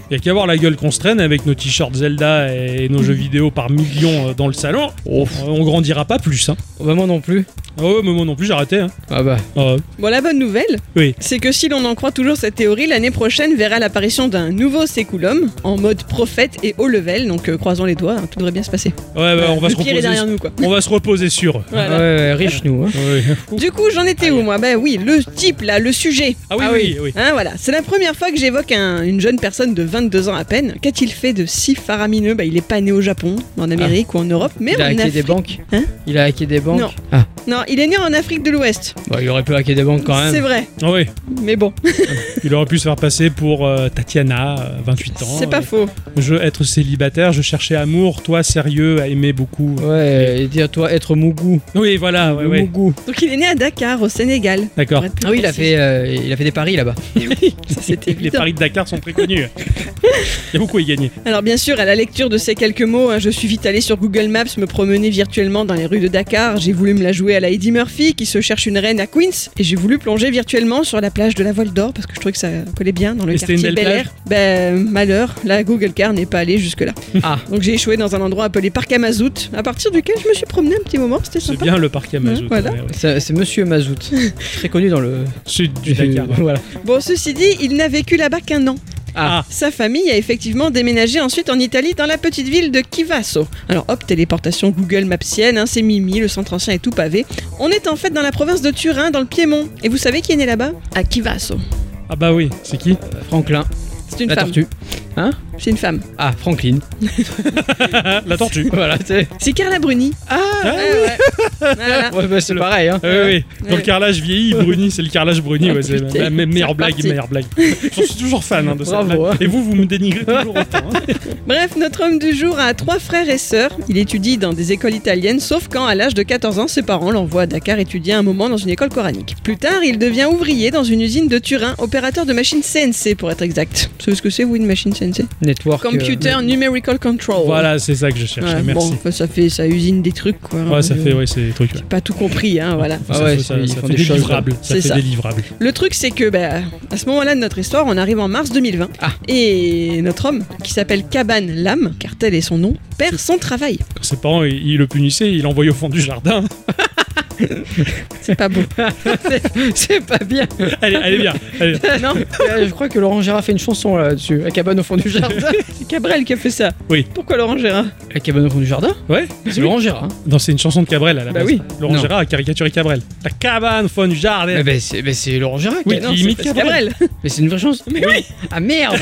Il y a qu'à voir la gueule qu'on se traîne avec nos t-shirts Zelda et nos jeux vidéo par millions euh, dans le salon. Euh, on grandira pas plus. Hein. Oh, bah, moi non plus. Ah ouais, mais moi non plus, j'ai arrêté. Hein. Ah bah. Ah ouais. Bon, la bonne nouvelle, Oui. c'est que si l'on en croit toujours cette théorie, l'année prochaine verra l'apparition d'un nouveau séculum en mode prophète et haut level. Donc, euh, croisons les doigts, hein, tout devrait bien se passer. Ouais, bah, on va Le se pire reposer. est Euh, derrière nous, quoi. On va se reposer sur. eux. Voilà. Ah ouais, ouais, riche nous. Hein. <laughs> Oui. Du coup, j'en étais où moi Ben oui, le type là, le sujet. Ah oui, oui, oui. Hein, voilà, c'est la première fois que j'évoque un- une jeune personne de 22 ans à peine. Qu'a-t-il fait de si faramineux Bah, il est pas né au Japon, en Amérique ou en Europe, mais Ah. Il a en hacké Afrique. des banques. Hein il a hacké des banques. Non. Ah, Non, il est né en Afrique de l'Ouest. bah, il aurait pu hacker des banques quand C'est même. vrai, Ah ouais. mais bon, Il aurait pu se faire passer pour euh, Tatiana, euh, 28 ans. c'est pas Euh, faux. Je être célibataire, je cherchais amour, toi sérieux, à aimer beaucoup. Euh, Ouais, et dire toi être Mougou. Oui, voilà, ouais, Le Mmh. ouais. Mougou. Donc il est né à Dakar, au Sénégal. D'accord. Pour être plus Ah oui, il a précis. fait, euh, il a fait des paris là-bas. <laughs> Ça, c'était Les évident. paris de Dakar sont très <laughs> connus. Il y a beaucoup à y gagner. Alors bien sûr, à la lecture de ces quelques mots, hein, je suis vite allé sur Google Maps me promener virtuellement dans les rues de Dakar. J'ai voulu me la jouer à la Eddie Murphy qui se cherche une reine à Queens. Et j'ai voulu plonger virtuellement sur la plage de la Voile d'Or parce que je trouvais que ça collait bien dans le Et c'était quartier une belle Bel Air. Ben malheur, la Google Car n'est pas allée jusque-là. Ah. Donc j'ai échoué dans un endroit appelé Parc Amazout, à partir duquel je me suis promené un petit moment, c'était C'est sympa. bien le parc Amazon. Ouais, voilà. ouais, ouais. C'est c'est Monsieur Mazout, <laughs> très connu dans <laughs> le. Sud du <laughs> Dakar. ouais. <laughs> voilà. Bon, ceci dit, il n'a vécu là-bas qu'un an. Ah. Sa famille a effectivement déménagé ensuite en Italie dans la petite ville de Chivasso. Alors hop, téléportation Google Mapsienne, hein, c'est Mimi, le centre ancien est tout pavé. On est en fait dans la province de Turin, dans le Piémont. Et vous savez qui est né là-bas À Chivasso. Ah bah oui, c'est qui Franklin, C'est une la femme. tortue. C'est une femme. Ah, <laughs> Franklin. Ah, La tortue. voilà, c'est. C'est Carla Bruni. Ah. Ah, Ouais, ouais. Voilà. Ouais, bah, c'est Le- pareil. Hein. Ah oui, oui. Quand Ouais. le carrelage vieillit, Bruni, c'est le carrelage Bruni, ouais, c'est Putain. la me- meilleure C'est blague, reparti. meilleure blague. J'en suis toujours fan hein, de ça. Bravo, hein. Et vous, vous me dénigrez toujours autant. hein. Bref, notre homme du jour a trois frères et sœurs. Il étudie dans des écoles italiennes, sauf quand, à l'âge de 14 ans, ses parents l'envoient à Dakar étudier un moment dans une école coranique. Plus tard, il devient ouvrier dans une usine de Turin, opérateur de machines CNC pour être exact. Vous savez ce que c'est, vous, une machine CNC Network. euh, Computer Numerical Control. Voilà, c'est ça que je cherchais, Ouais, merci. Bon, enfin, ça fait, ça usine des trucs, quoi. Ouais, ça fait, ouais, c'est des trucs. ouais. J'ai Pas tout compris, hein, voilà. Ah ça, ouais, fait- ça, ils ça font fait des des choses, livrables. Ça C'est fait ça. des livrables. Le truc, c'est que bah, à ce moment-là de notre histoire, on arrive en mars 2020. Ah. Et notre homme, qui s'appelle Cabane Lame, car tel est son nom, perd son travail. Quand ses parents, ils, ils le punissaient, ils l'envoyaient au fond du jardin. <laughs> C'est pas beau. <laughs> C'est pas <laughs> bien. allez, allez, bien. allez. non Euh, Je crois que Laurent Gérard fait une chanson là-dessus. La cabane au fond du jardin. C'est Cabrel qui a fait ça. Oui. Pourquoi Laurent Gérard La cabane au fond du jardin Ouais C'est Laurent Gérard. hein. Non, c'est une chanson de Cabrel à la Bah base. oui. Laurent Non. Gérard a caricaturé Cabrel. La cabane, fond du jardin. Eh ben, c'est ben, c'est Laurent Gérard. Oui, qui- non, il c'est imite pas- Cabrel. Cabrel Mais c'est une vraie chanson. Mais oui. Ah merde.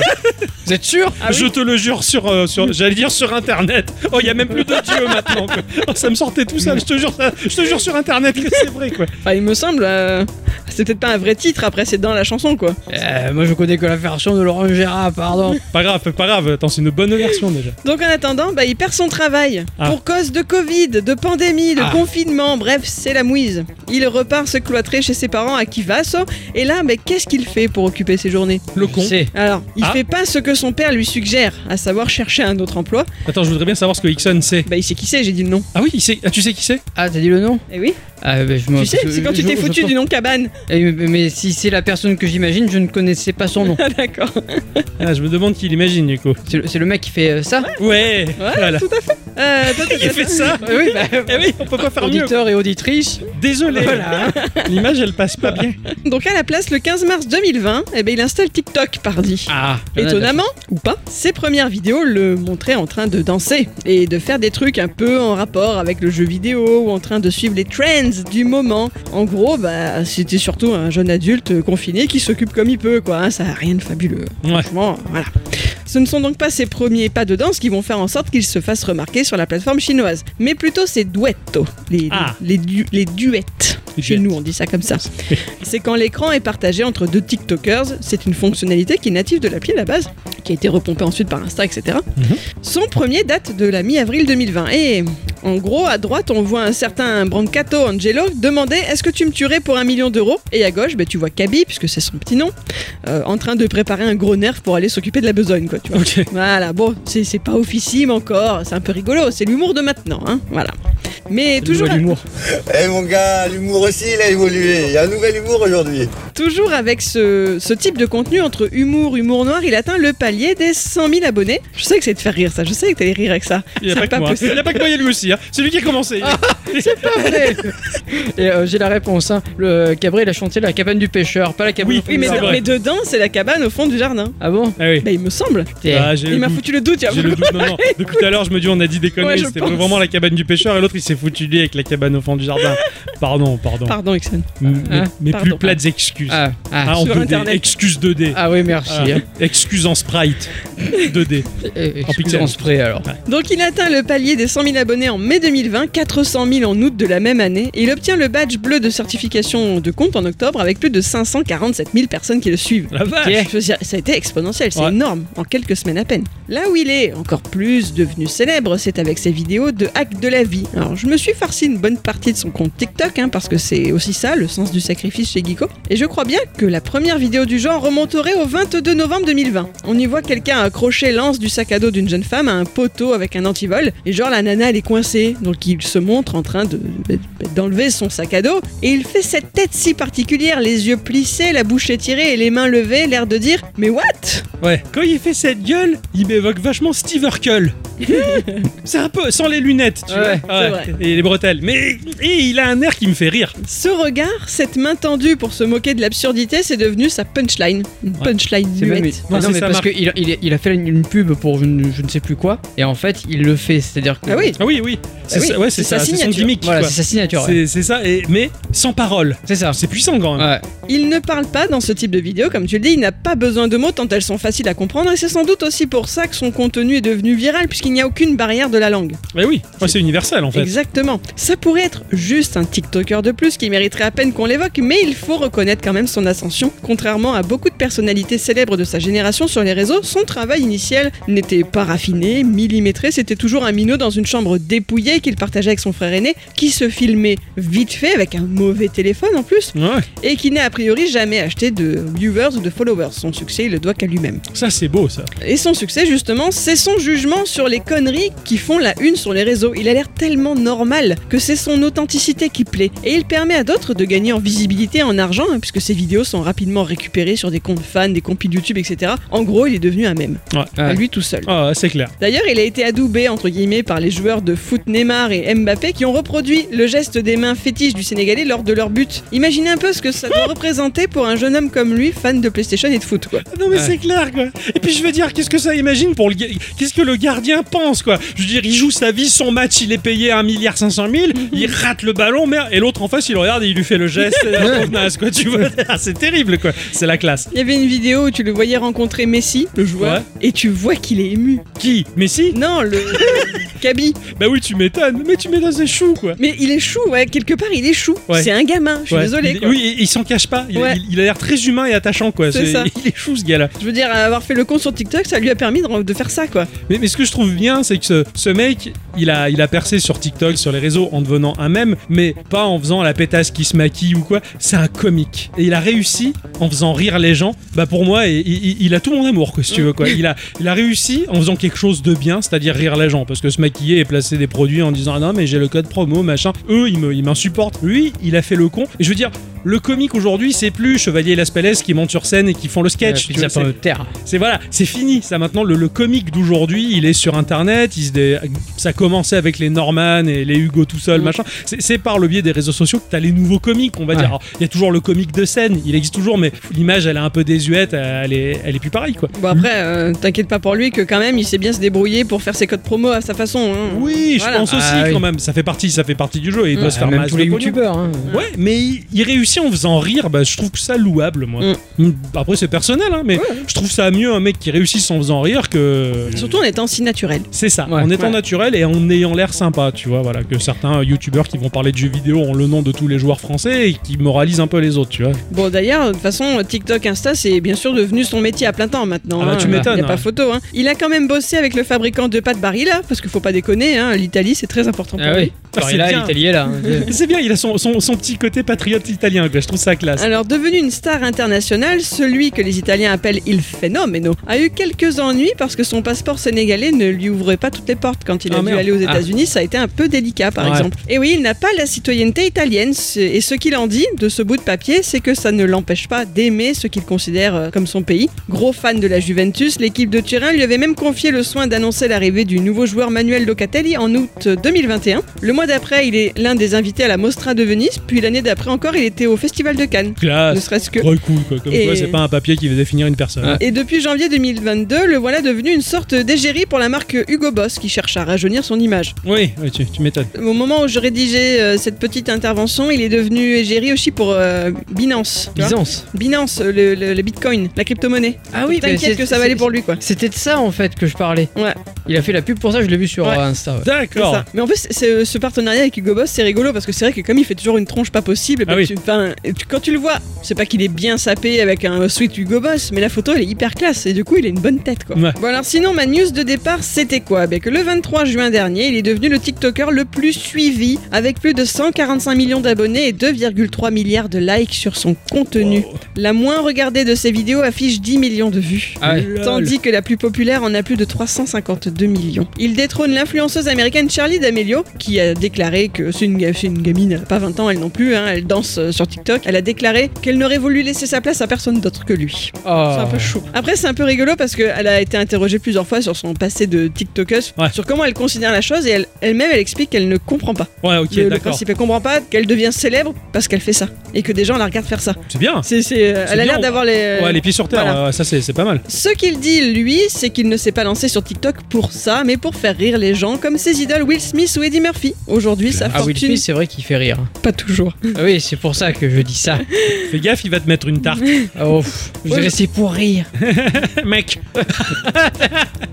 Vous êtes sûr Ah Je te le jure sur, euh, sur j'allais dire sur internet. Oh, il y a même plus de Dieu <laughs> maintenant. quoi. Oh, ça me sortait tout ça. Je te jure, ça- je te jure sur internet que c'est vrai quoi. Enfin, il me semble. euh, C'est peut-être pas un vrai titre, après, c'est dans la chanson, quoi. Euh, Moi, je connais que la version de Laurent Gérard. Pardon. Pas grave, pas grave. Attends, c'est une bonne version déjà. Donc, en attendant, bah, il perd son travail. Ah. Pour cause de Covid, de pandémie, de Ah. confinement, bref, c'est la mouise. Il repart se cloîtrer chez ses parents à Kivasso. Et là, mais qu'est-ce qu'il fait pour occuper ses journées Le Je con. sais. Alors, il Ah. fait pas ce que son père lui suggère, à savoir chercher un autre emploi. Attends, je voudrais bien savoir ce que Ixon sait. Bah, il sait qui c'est, j'ai dit le nom. Ah oui, il sait. Ah, tu sais qui c'est Ah, t'as dit le nom Eh oui Ah, ben, je me- Tu sais, je- c'est quand tu je- t'es je foutu pense- du nom cabane. <laughs> Eh, Mais, mais si c'est la personne que j'imagine, je ne connaissais pas son nom. Ah, d'accord. Ah, je me demande qui l'imagine du coup. C'est le, c'est le mec qui fait euh, ça Ouais, voilà. Euh, toi, Euh, t'as- Qui fait ça Eh Oui, bah, Eh oui, on peut pas faire mieux. auditeur et auditrice. Désolé. Voilà. L'image, elle passe pas bien. Donc à la place, le 15 mars 2020, eh ben, il installe TikTok, pardi. Ah, Étonnamment, ou pas, ses premières vidéos le montraient en train de danser et de faire des trucs un peu en rapport avec le jeu vidéo ou en train de suivre les trends du moment. En gros, bah, c'était surtout un jeune adulte confiné qui s'occupe comme il peut, quoi. hein, Ça n'a rien de fabuleux. Ouais. Franchement, voilà. Ce ne sont donc pas ses premiers pas de danse qui vont faire en sorte qu'il se fasse remarquer sur la plateforme chinoise, mais plutôt ses duettos, les, Ah. les, du- les duettes. Les Chez duettes. nous, on dit ça comme ça. C'est quand l'écran est partagé entre deux TikTokers, c'est une fonctionnalité qui est native de l'appli à la base, qui a été repompée ensuite par Insta, etc. Mhm. Son premier date de la mi-avril 2020. Et en gros, à droite, on voit un certain Brancato Angelo demander Est-ce que tu me tuerais pour un million d'euros Et à gauche, ben, tu vois Kaby, puisque c'est son petit nom, euh, en train de préparer un gros nerf pour aller s'occuper de la besogne, quoi, tu vois. Ok. Voilà, bon, c'est c'est pas officime encore, c'est un peu rigolo, c'est l'humour de maintenant, hein, voilà. Mais toujours, l'humour. Eh mon gars, l'humour aussi il a évolué, il y a un nouvel humour aujourd'hui. toujours avec ce, ce type de contenu entre humour, humour noir, il atteint le palier des 100 000 abonnés. Je sais que c'est de faire rire ça, je sais que t'allais rire avec ça. Il n'y a C'est pas que pas moi. possible. Ah. Il y a pas que moi, il y a lui aussi. hein. C'est lui qui a commencé. Et euh, j'ai la réponse. hein. Le Cabré, il a chanté la cabane du pêcheur, pas la cabane Oui, au fond Oui, du mais, C'est jardin. vrai. mais dedans, c'est la cabane au fond du jardin. Ah bon Ah oui. Bah, il me semble. T'es- Ah, j'ai Il le m'a doute. foutu le doute, il y a J'ai le doute maintenant. Depuis tout à l'heure, je me dis, on a dit des conneries. Ouais, je C'était pense. vraiment la cabane du pêcheur et l'autre, il s'est foutu du lit avec la cabane au fond du jardin. Pardon, pardon. Pardon, Ixon. M- Ah, mais pardon. plus plates excuses. Ah, ah, Ah, en sur 2D. Internet. Excuse 2D. ah oui, merci. Ah, hein. excuse en sprite 2D. Euh, excusez, pixel. on se prête, alors. Donc il atteint le palier des 100 000 abonnés en mai 2020, 400 000 en août de la même année. Et il obtient le badge bleu de certification de compte en octobre avec plus de 547 000 personnes qui le suivent. La vache. Je veux dire, ça a été exponentiel, c'est Ouais. énorme, en quelques semaines à peine. Là où il est encore plus devenu célèbre, c'est avec ses vidéos de hack de la vie. Alors, je me suis farci une bonne partie de son compte TikTok, hein, parce que c'est aussi ça, le sens du sacrifice chez Geeko. Et je crois bien que la première vidéo du genre remonterait au 22 novembre 2020. On y voit quelqu'un accrocher l'anse du sac à dos d'une jeune femme à un poteau avec un antivol, et genre la nana elle est coincée, donc il se montre en train de- de- d'enlever son sac à dos, et il fait cette tête si particulière, les yeux plissés, la bouche étirée et les mains levées, l'air de dire Mais what Ouais. Quand il fait cette gueule, il m'évoque vachement Steve <laughs> Urkel. c'est un peu sans les lunettes, tu vois. Ouais, c'est vrai. Et les bretelles. Mais et il a un air qui me fait rire. Ce regard, cette main tendue pour se moquer de l'absurdité, c'est devenu sa punchline. Une punchline C'est même- muette. Non, non, c'est mais sa parce marque. qu'il il, il a fait une, une pub pour je ne, je ne sais plus quoi, et en fait, il le fait. C'est-à-dire que. Ah oui Ah oui, oui. C'est Ah oui, ça- ouais, c'est c'est sa ça, c'est son signature. gimmick. Voilà, quoi. c'est sa signature. ouais. C'est c'est ça, et, mais sans parole. C'est ça. C'est puissant quand même. Ouais. Il ne parle pas dans ce type de vidéo, comme tu le dis, il n'a pas besoin de mots tant elles sont faciles à comprendre, et c'est sans doute aussi pour ça que son contenu est devenu viral, puisqu'il n'y a aucune barrière de la langue. Mais oui, Ouais, c'est universel en fait. Exactement. Ça pourrait être juste un TikToker de plus qui mériterait à peine qu'on l'évoque, mais il faut reconnaître quand même son ascension. Contrairement à beaucoup de personnalités célèbres de sa génération sur les réseaux, son travail initial n'était pas raffiné, millimétré, c'était toujours un minot dans une chambre dépouillée qu'il partageait avec son frère aîné, qui se filmait vite fait avec un mauvais téléphone en plus, Ouais, et qui n'a a priori jamais acheté de viewers ou de followers. Son succès, il le doit qu'à lui-même. ça c'est beau ça. Et son succès, justement, c'est son jugement sur les conneries qui font la une sur les réseaux. Il a l'air tellement normal que c'est son authenticité qui plaît. Et il permet à d'autres de gagner en visibilité, en argent, hein, puisque ses vidéos sont rapidement récupérées sur des comptes fans, des compiles YouTube, etc. En gros, il est devenu un mème. Ouais. À Ouais. lui tout seul. Ah, c'est clair. D'ailleurs, il a été adoubé entre guillemets par les joueurs de foot Neymar et Mbappé qui ont reproduit le geste des mains fétiche du Sénégalais lors de leur but. Imaginez un peu ce que ça doit représenter pour un jeune homme comme lui, fan de PlayStation et de foot quoi. Ah, Non mais Ouais. c'est clair quoi. Et puis je veux dire, qu'est-ce que ça imagine pour le ga- qu'est-ce que le gardien pense quoi Je veux dire, il joue sa vie, son match, il est payé 1 milliard 500 000, il rate le ballon, merde, et l'autre en face, il le regarde et il lui fait le <laughs> geste, et la provenance, quoi, tu vois. Ah, c'est terrible quoi. C'est la classe. Il y avait une vidéo où tu le voyais rencontrer Messi, le joueur, Ouais. et tu vois qu'il est ému. Qui Messi <laughs> Non, le Kaby. Bah oui, tu m'étonnes. Mais tu m'étonnes, c'est chou quoi. Mais il est chou, ouais, quelque part il est chou. Ouais. C'est un gamin, je suis Ouais. désolée. Il- quoi. Oui, il, il s'en cache pas. Il, Ouais. il- il a l'air très humain et attachant quoi. C'est ça. <laughs> Il est chou ce gars là. Je veux dire, avoir fait le compte sur TikTok, ça lui a permis de, de faire ça, quoi. Mais, mais ce que je trouve bien, c'est que ce, ce mec, il a, il a percé sur TikTok, sur les réseaux, en devenant un mème, mais pas en faisant la pétasse qui se maquille ou quoi. C'est un comique. et il a réussi en faisant rire les gens. Bah pour moi, il, il- il a tout mon amour, quoi, si tu veux. Quoi. Il, a, il a réussi en faisant quelque chose de bien, c'est-à-dire rire les gens. Parce que se maquiller et placer des produits en disant ah non, mais j'ai le code promo, machin, eux, ils me- ils m'insupportent. Lui, il a fait le con. Et je veux dire, le comique aujourd'hui, c'est plus Chevalier et Las Palais qui montent sur scène et qui font le sketch. Euh, tu vois, pizza c'est- pomme de terre. c'est voilà, c'est fini. Ça maintenant, le, le comique d'aujourd'hui, il est sur Internet. Il se dé- Ça commençait avec les Norman et les Hugo tout seul, Mm. machin. C'est c'est par le biais des réseaux sociaux que t'as les nouveaux comiques, on va Ouais. dire. Alors, Il y a toujours le comique de scène, il existe toujours, mais l'image, elle est un peu désuète, elle est, elle est plus pareille, quoi. Bah, Bon après, euh, t'inquiète pas pour lui que quand même il sait bien se débrouiller pour faire ses codes promo à sa façon. hein. Oui, je Voilà. pense aussi Ah, oui. Mm. quand même. Ça fait partie, ça fait partie du jeu. et Il doit se faire Ah, même masse tous de les pognon. youtubeurs. hein. Ouais, mais il, il réussit en faisant rire, bah, je trouve que ça louable, moi. Mm. Après, c'est personnel, hein, mais je trouve ça mieux un mec qui réussisse en faisant rire que. Surtout en étant si naturel. C'est ça, Ouais. en étant Ouais. naturel et en ayant l'air sympa, tu vois, voilà, que certains euh, youtubeurs qui vont parler de jeux vidéo ont le nom de tous les joueurs français et qui moralisent un peu les autres, tu vois. Bon d'ailleurs, de toute façon, TikTok, Insta, c'est bien sûr devenu son métier à plein temps maintenant. Ah bah, hein. tu m'étonnes, Y a ouais. pas photo. hein. Il a quand même bossé avec le fabricant de pâtes Barilla, parce qu'il faut pas déconner, hein, l'Italie c'est très important pour Ah lui. oui. Ah, Alors, c'est il a bien. l'Italie là. hein. C'est bien, il a son, son, son petit côté patriote italien, quoi, je trouve ça classe. Alors, devenu une star internationale, celui que les Italiens appellent il fenomeno a eu quelques ennuis parce que son passeport sénégalais ne lui ouvrait pas toutes les portes. Quand il a Ah, dû merde. aller aux Ah. États-Unis, ça a été un peu délicat, par Ouais. exemple. Et oui, il n'a pas la citoyenneté italienne. ce- Et ce qu'il en dit de ce bout de papier, c'est que ça ne l'empêche pas d'aimer ce qu'il considère euh, comme son pays. Gros fan de la Juventus, l'équipe de Turin lui avait même confié le soin d'annoncer l'arrivée du nouveau joueur Manuel Locatelli en août euh, 2021. Le mois d'après, il est l'un des invités à la Mostra de Venise, puis l'année d'après encore, il était au Festival de Cannes ne Classe, serait-ce que. trop cool, quoi, comme Et- quoi c'est pas un papier qui veut définir une personne. Ouais. Et depuis janvier 2022, le voilà devenu une sorte d'égérie pour la marque Hugo Boss qui cherche à rajeunir son image. Oui, oui, tu, tu m'étonnes. Au moment où je rédigeais euh, cette petite intervention, il est devenu égérie aussi pour euh, Binance. tu vois. Byzance. Binance, euh, le, le- le bitcoin, la crypto-monnaie. Ah oui, mais c'est- T'inquiète que ça va aller c'est- pour lui quoi. C'était de ça en fait que je parlais. Ouais. Il a fait la pub pour ça, je l'ai vu sur Ouais. euh, Insta. ouais. C'est D'accord. ça. Mais en fait, c'est- c'est- ce partenariat avec Hugo Boss, c'est rigolo parce que c'est vrai que comme il fait toujours une tronche pas possible, Ah ben, oui. tu- enfin, tu- quand tu le vois, c'est pas qu'il est bien sapé avec un sweat Hugo Boss, mais la photo elle est hyper classe et du coup il a une bonne tête quoi. Ouais. Bon alors sinon ma news de départ c'était quoi Ben, que le 23 juin dernier, il est devenu le TikToker le plus suivi avec plus de 145 millions d'abonnés et 2,3 milliards de likes sur son contenu. Wow. La moins regardée de ses vidéos affiche 10 millions de vues. Ah ouais. Lol. Tandis que la plus populaire en a plus de 352 millions. Il détrône l'influenceuse américaine Charlie D'Amelio, qui a déclaré que c'est une, ga- c'est une gamine, elle a pas 20 ans elle non plus, hein, elle danse euh, sur TikTok. Elle a déclaré qu'elle n'aurait voulu laisser sa place à personne d'autre que lui. Oh. C'est un peu chaud. Après, c'est un peu rigolo parce qu'elle a été interrogée plusieurs fois sur son passé de TikTokeuse, Ouais. sur comment elle considère la chose, et elle- elle-même, elle, explique qu'elle ne comprend pas. Ouais, ok, Le- le, d'accord. principe, elle comprend pas qu'elle devient célèbre parce qu'elle fait ça, et que des gens la regardent faire ça. C'est bien. C'est, c'est, euh, C'est elle a bien, l'air d'avoir les... ouais, les pieds sur terre, Euh, voilà. ouais, ouais, ça c'est c'est pas mal. Ce qu'il dit, lui, c'est qu'il ne s'est pas lancé sur TikTok pour ça, mais pour faire rire les gens comme ses idoles Will Smith ou Eddie Murphy. Aujourd'hui, sa Ah, Will fortune... Smith, c'est vrai qu'il fait rire. pas <laughs> toujours. Ah oui, c'est pour ça que je dis ça. Fais gaffe, il va te mettre une <laughs> tarte. Oh, pff, je Ouais, dirais je- c'est pour rire. Mec,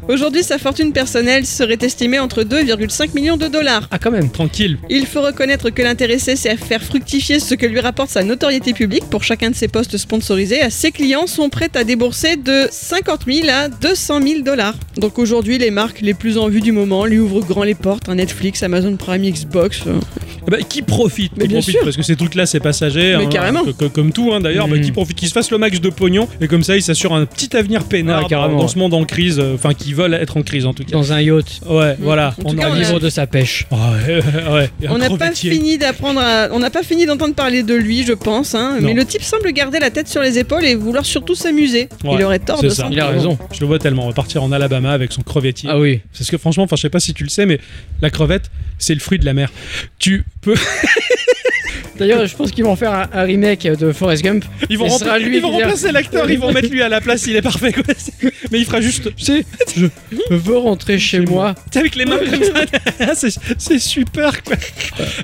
Aujourd'hui, sa fortune personnelle serait estimée entre 2,5 millions de dollars. Ah, quand même. tranquille. Il faut reconnaître que l'intéressé sait faire fructifier ce que lui rapporte sa notoriété publique pour chacun de ses postes sponsorisés. À ses clients sont prêts à débourser de 50 000 à 200 000 dollars. Donc aujourd'hui, les marques les plus en vue du moment lui ouvrent grand les portes. hein, Netflix, Amazon Prime, Xbox. euh, Eh ben, qui profite, Mais qui bien profite sûr. parce que ces trucs-là, c'est passager. Mais hein, carrément. Mm. que- que- comme tout, hein, d'ailleurs, bah, Mhm. qui profite, qui se fasse le max de pognon, et comme ça, ils s'assurent un petit avenir peinard Ouais, carrément, dans ouais. ce monde en crise, euh, enfin, qui veulent être en crise en tout cas. Dans un yacht. Ouais, voilà. Mm. En tout cas, Un on a- livre de sa pêche. Oh, <laughs> ouais, ouais, et un On n'a pas crevettier. fini d'apprendre, à- on n'a pas fini d'entendre parler de lui, je pense. hein. Non. Mais le type semble garder la tête sur les épaules et vouloir surtout s'amuser. Ouais, Il aurait tort c'est de ça. s'en Il a prendre. raison. Je le vois tellement. On va partir en Alabama avec son crevettier. Ah oui. Parce que franchement, enfin, je sais pas si tu le sais, mais la crevette, c'est le fruit de la mer. Tu peux. <laughs> D'ailleurs, je pense qu'ils vont faire un, un remake de Forrest Gump. Ils vont, Et ce sera rempla- lui ils vont qui dira- remplacer l'acteur, ils vont mettre lui à la place, il est parfait. <laughs> quoi. Mais il fera juste. Tu sais, je veux rentrer chez moi. T'es avec les mains comme ça, <laughs> c'est, c'est super quoi.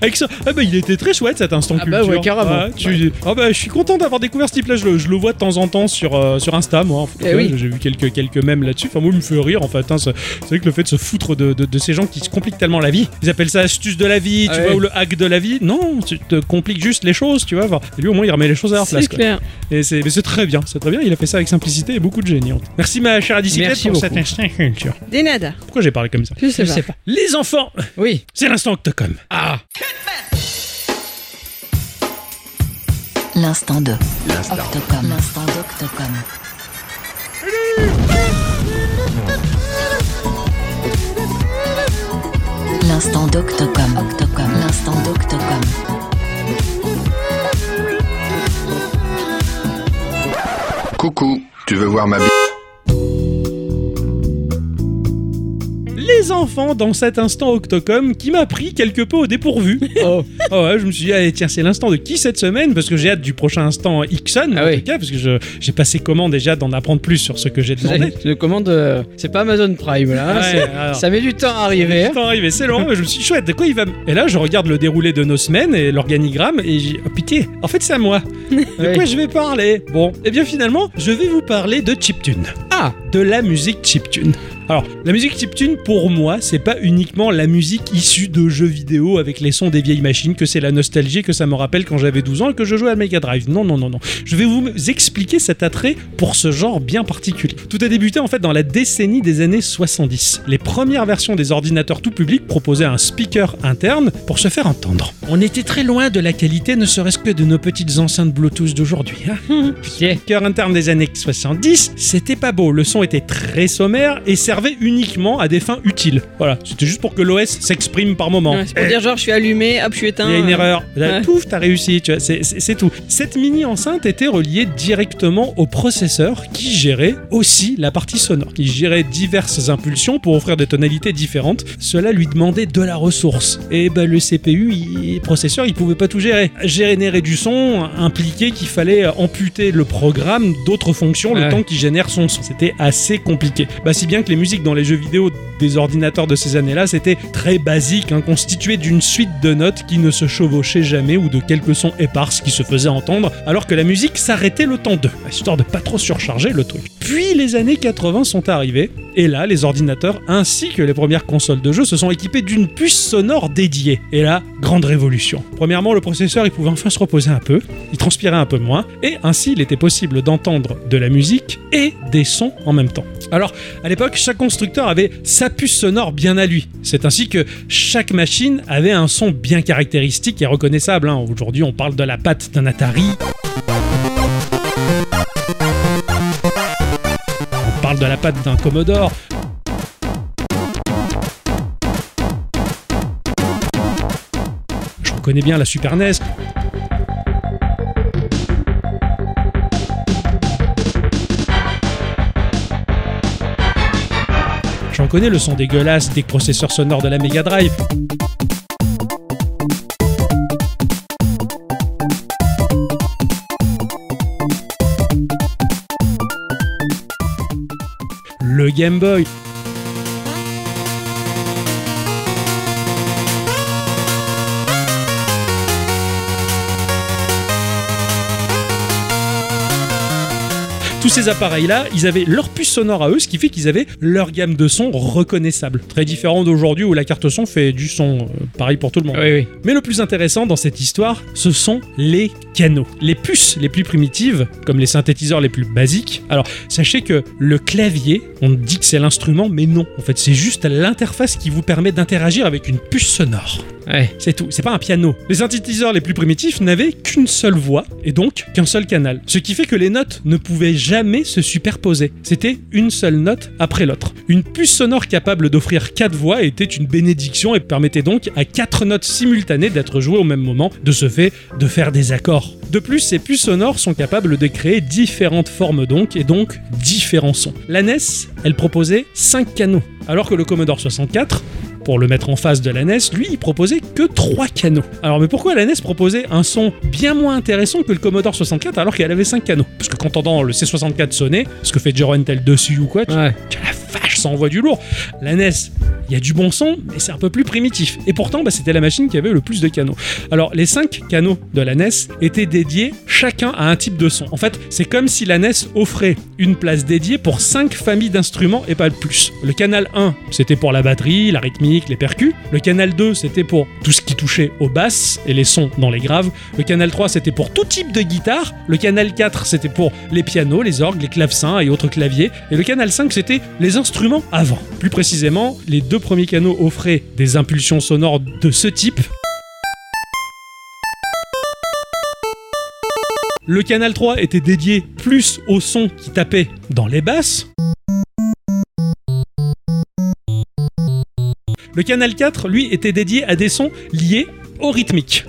Avec ça, ah bah il était très chouette cet instant Ah bah culture. ouais, carrément. tu- Ah bah je suis content d'avoir découvert ce type-là. Je, le- je le vois de temps en temps sur euh, sur Insta, moi. en fait. Eh oui. J'ai vu quelques quelques mèmes là-dessus. Enfin moi, il me fait rire en fait. hein. C'est c'est vrai que le fait de se foutre de, de- de ces gens qui se compliquent tellement la vie. Ils appellent ça astuce de la vie, tu Ah vois, ouais. ou le hack de la vie. Non, tu te compliques juste les choses, tu vois. Enfin, et lui au moins il remet les choses à leur C'est place. quoi. clair. Et c'est, mais c'est très bien, c'est très bien. Il a fait ça avec simplicité et beaucoup de génie. en tout cas. Merci ma chère bicyclette Merci pour beaucoup. cette instant culture. Des nada. Pourquoi j'ai parlé comme ça Je sais Je pas. sais pas. Les enfants. Oui. Ah. C'est l'instant Octocom. Ah. L'instant 2. Octocom. L'instant d'Octocom. L'instant d'Octocom. Octocom. L'instant d'Octocom. Coucou, tu veux voir ma bite Les enfants dans cet instant Octocom qui m'a pris quelque peu au <laughs> dépourvu. Oh. Ah ouais, je me suis dit, allez, tiens, c'est l'instant de qui cette semaine Parce que j'ai hâte du prochain instant Ixon, Ah en oui. tout cas, parce que je- j'ai passé comment déjà d'en apprendre plus sur ce que j'ai demandé. Je commande. euh, c'est pas Amazon Prime là. hein, Ouais, c'est- alors. ça met du temps à arriver. hein. C'est arrivé, c'est long. Je me suis dit, chouette, de quoi il va. me- Et là, je regarde le déroulé de nos semaines et l'organigramme et j'ai. Oh putain, en fait, c'est à moi. De quoi Oui. je vais parler Bon, et bien finalement, je vais vous parler de chiptune. Ah. De la musique chiptune. Alors, la musique chiptune, pour moi, c'est pas uniquement la musique issue de jeux vidéo avec les sons des vieilles machines, que c'est la nostalgie, que ça me rappelle quand j'avais 12 ans et que je jouais à Mega Drive. Non, non, non, non. Je vais vous expliquer cet attrait pour ce genre bien particulier. Tout a débuté en fait dans la décennie des années 70. Les premières versions des ordinateurs tout public proposaient un speaker interne pour se faire entendre. On était très loin de la qualité, ne serait-ce que de nos petites enceintes Bluetooth d'aujourd'hui. hein. <laughs> Piquet. Cœur interne des années 70, c'était pas beau. Le son était très sommaire et servait uniquement à des fins utiles. Voilà, c'était juste pour que l'OS s'exprime par moment. Ouais, c'est pour dire genre je suis allumé, hop je suis éteint. Eh. Il y a une euh, erreur. Là, ouais. Pouf, t'as réussi, tu vois, c'est- c'est c'est tout. Cette mini enceinte était reliée directement au processeur qui gérait aussi la partie sonore. Il gérait diverses impulsions pour offrir des tonalités différentes. Cela lui demandait de la ressource. Et ben le CPU, il, le processeur, il pouvait pas tout gérer. Générer du son impliquait qu'il fallait amputer le programme d'autres fonctions le Ouais. temps qui génère son son. C'était assez compliqué. Bah si bien que les musiques dans les jeux vidéo des ordinateurs de ces années-là, c'était très basique, hein, constitué d'une suite de notes qui ne se chevauchaient jamais ou de quelques sons éparses qui se faisaient entendre, alors que la musique s'arrêtait le temps d'eux, histoire de pas trop surcharger le truc. Puis les années 80 sont arrivées, et là, les ordinateurs ainsi que les premières consoles de jeu se sont équipés d'une puce sonore dédiée. Et là, grande révolution. Premièrement, le processeur, il pouvait enfin se reposer un peu, il transpirait un peu moins, et ainsi, il était possible d'entendre de la musique et des sons en même temps. Alors, à l'époque, chaque constructeur avait sa puce sonore bien à lui. C'est ainsi que chaque machine avait un son bien caractéristique et reconnaissable. hein. Aujourd'hui, on parle de la patte d'un Atari. On parle de la patte d'un Commodore. Je reconnais bien la Super E NES. J'en connais le son dégueulasse des processeurs sonores de la Mega Drive. Le Game Boy. Tous ces appareils-là, ils avaient leur puce sonore à eux, ce qui fait qu'ils avaient leur gamme de sons reconnaissable. Très différent d'aujourd'hui où la carte son fait du son euh, pareil pour tout le monde. Oui, oui. Mais le plus intéressant dans cette histoire, ce sont les canaux. Les puces les plus primitives, comme les synthétiseurs les plus basiques. Alors, sachez que le clavier, on dit que c'est l'instrument, mais non. En fait, c'est juste l'interface qui vous permet d'interagir avec une puce sonore. Ouais. C'est tout, c'est pas un piano. Les synthétiseurs les plus primitifs n'avaient qu'une seule voix et donc qu'un seul canal, ce qui fait que les notes ne pouvaient jamais se superposer. C'était une seule note après l'autre. Une puce sonore capable d'offrir quatre voix était une bénédiction et permettait donc à quatre notes simultanées d'être jouées au même moment, de ce fait de faire des accords. De plus, ces puces sonores sont capables de créer différentes formes donc et donc différents sons. La NES, elle proposait cinq canaux, alors que le Commodore 64 pour le mettre en face de la NES, lui, il proposait que trois canaux. Alors, mais pourquoi la NES proposait un son bien moins intéressant que le Commodore 64 alors qu'elle avait 5 canaux Parce que quand t'entends le C64 sonner, ce que fait Joe Hentel dessus ou quoi, tu Ouais. tu- la vache, ça envoie du lourd. La NES, il y a du bon son, mais c'est un peu plus primitif. Et pourtant, bah, c'était la machine qui avait le plus de canaux. Alors, les 5 canaux de la NES étaient dédiés chacun à un type de son. En fait, c'est comme si la NES offrait une place dédiée pour 5 familles d'instruments et pas de plus. Le canal 1, c'était pour la batterie, la rythmique, les percus. Le canal 2, c'était pour tout ce qui touchait aux basses et les sons dans les graves. Le canal 3, c'était pour tout type de guitare. Le canal 4, c'était pour les pianos, les orgues, les clavecins et autres claviers. Et le canal 5, c'était les instruments avant. Plus précisément, les deux premiers canaux offraient des impulsions sonores de ce type, Le canal 3 était dédié plus au son qui tapait dans les basses. Le canal 4, lui, était dédié à des sons liés au rythmique.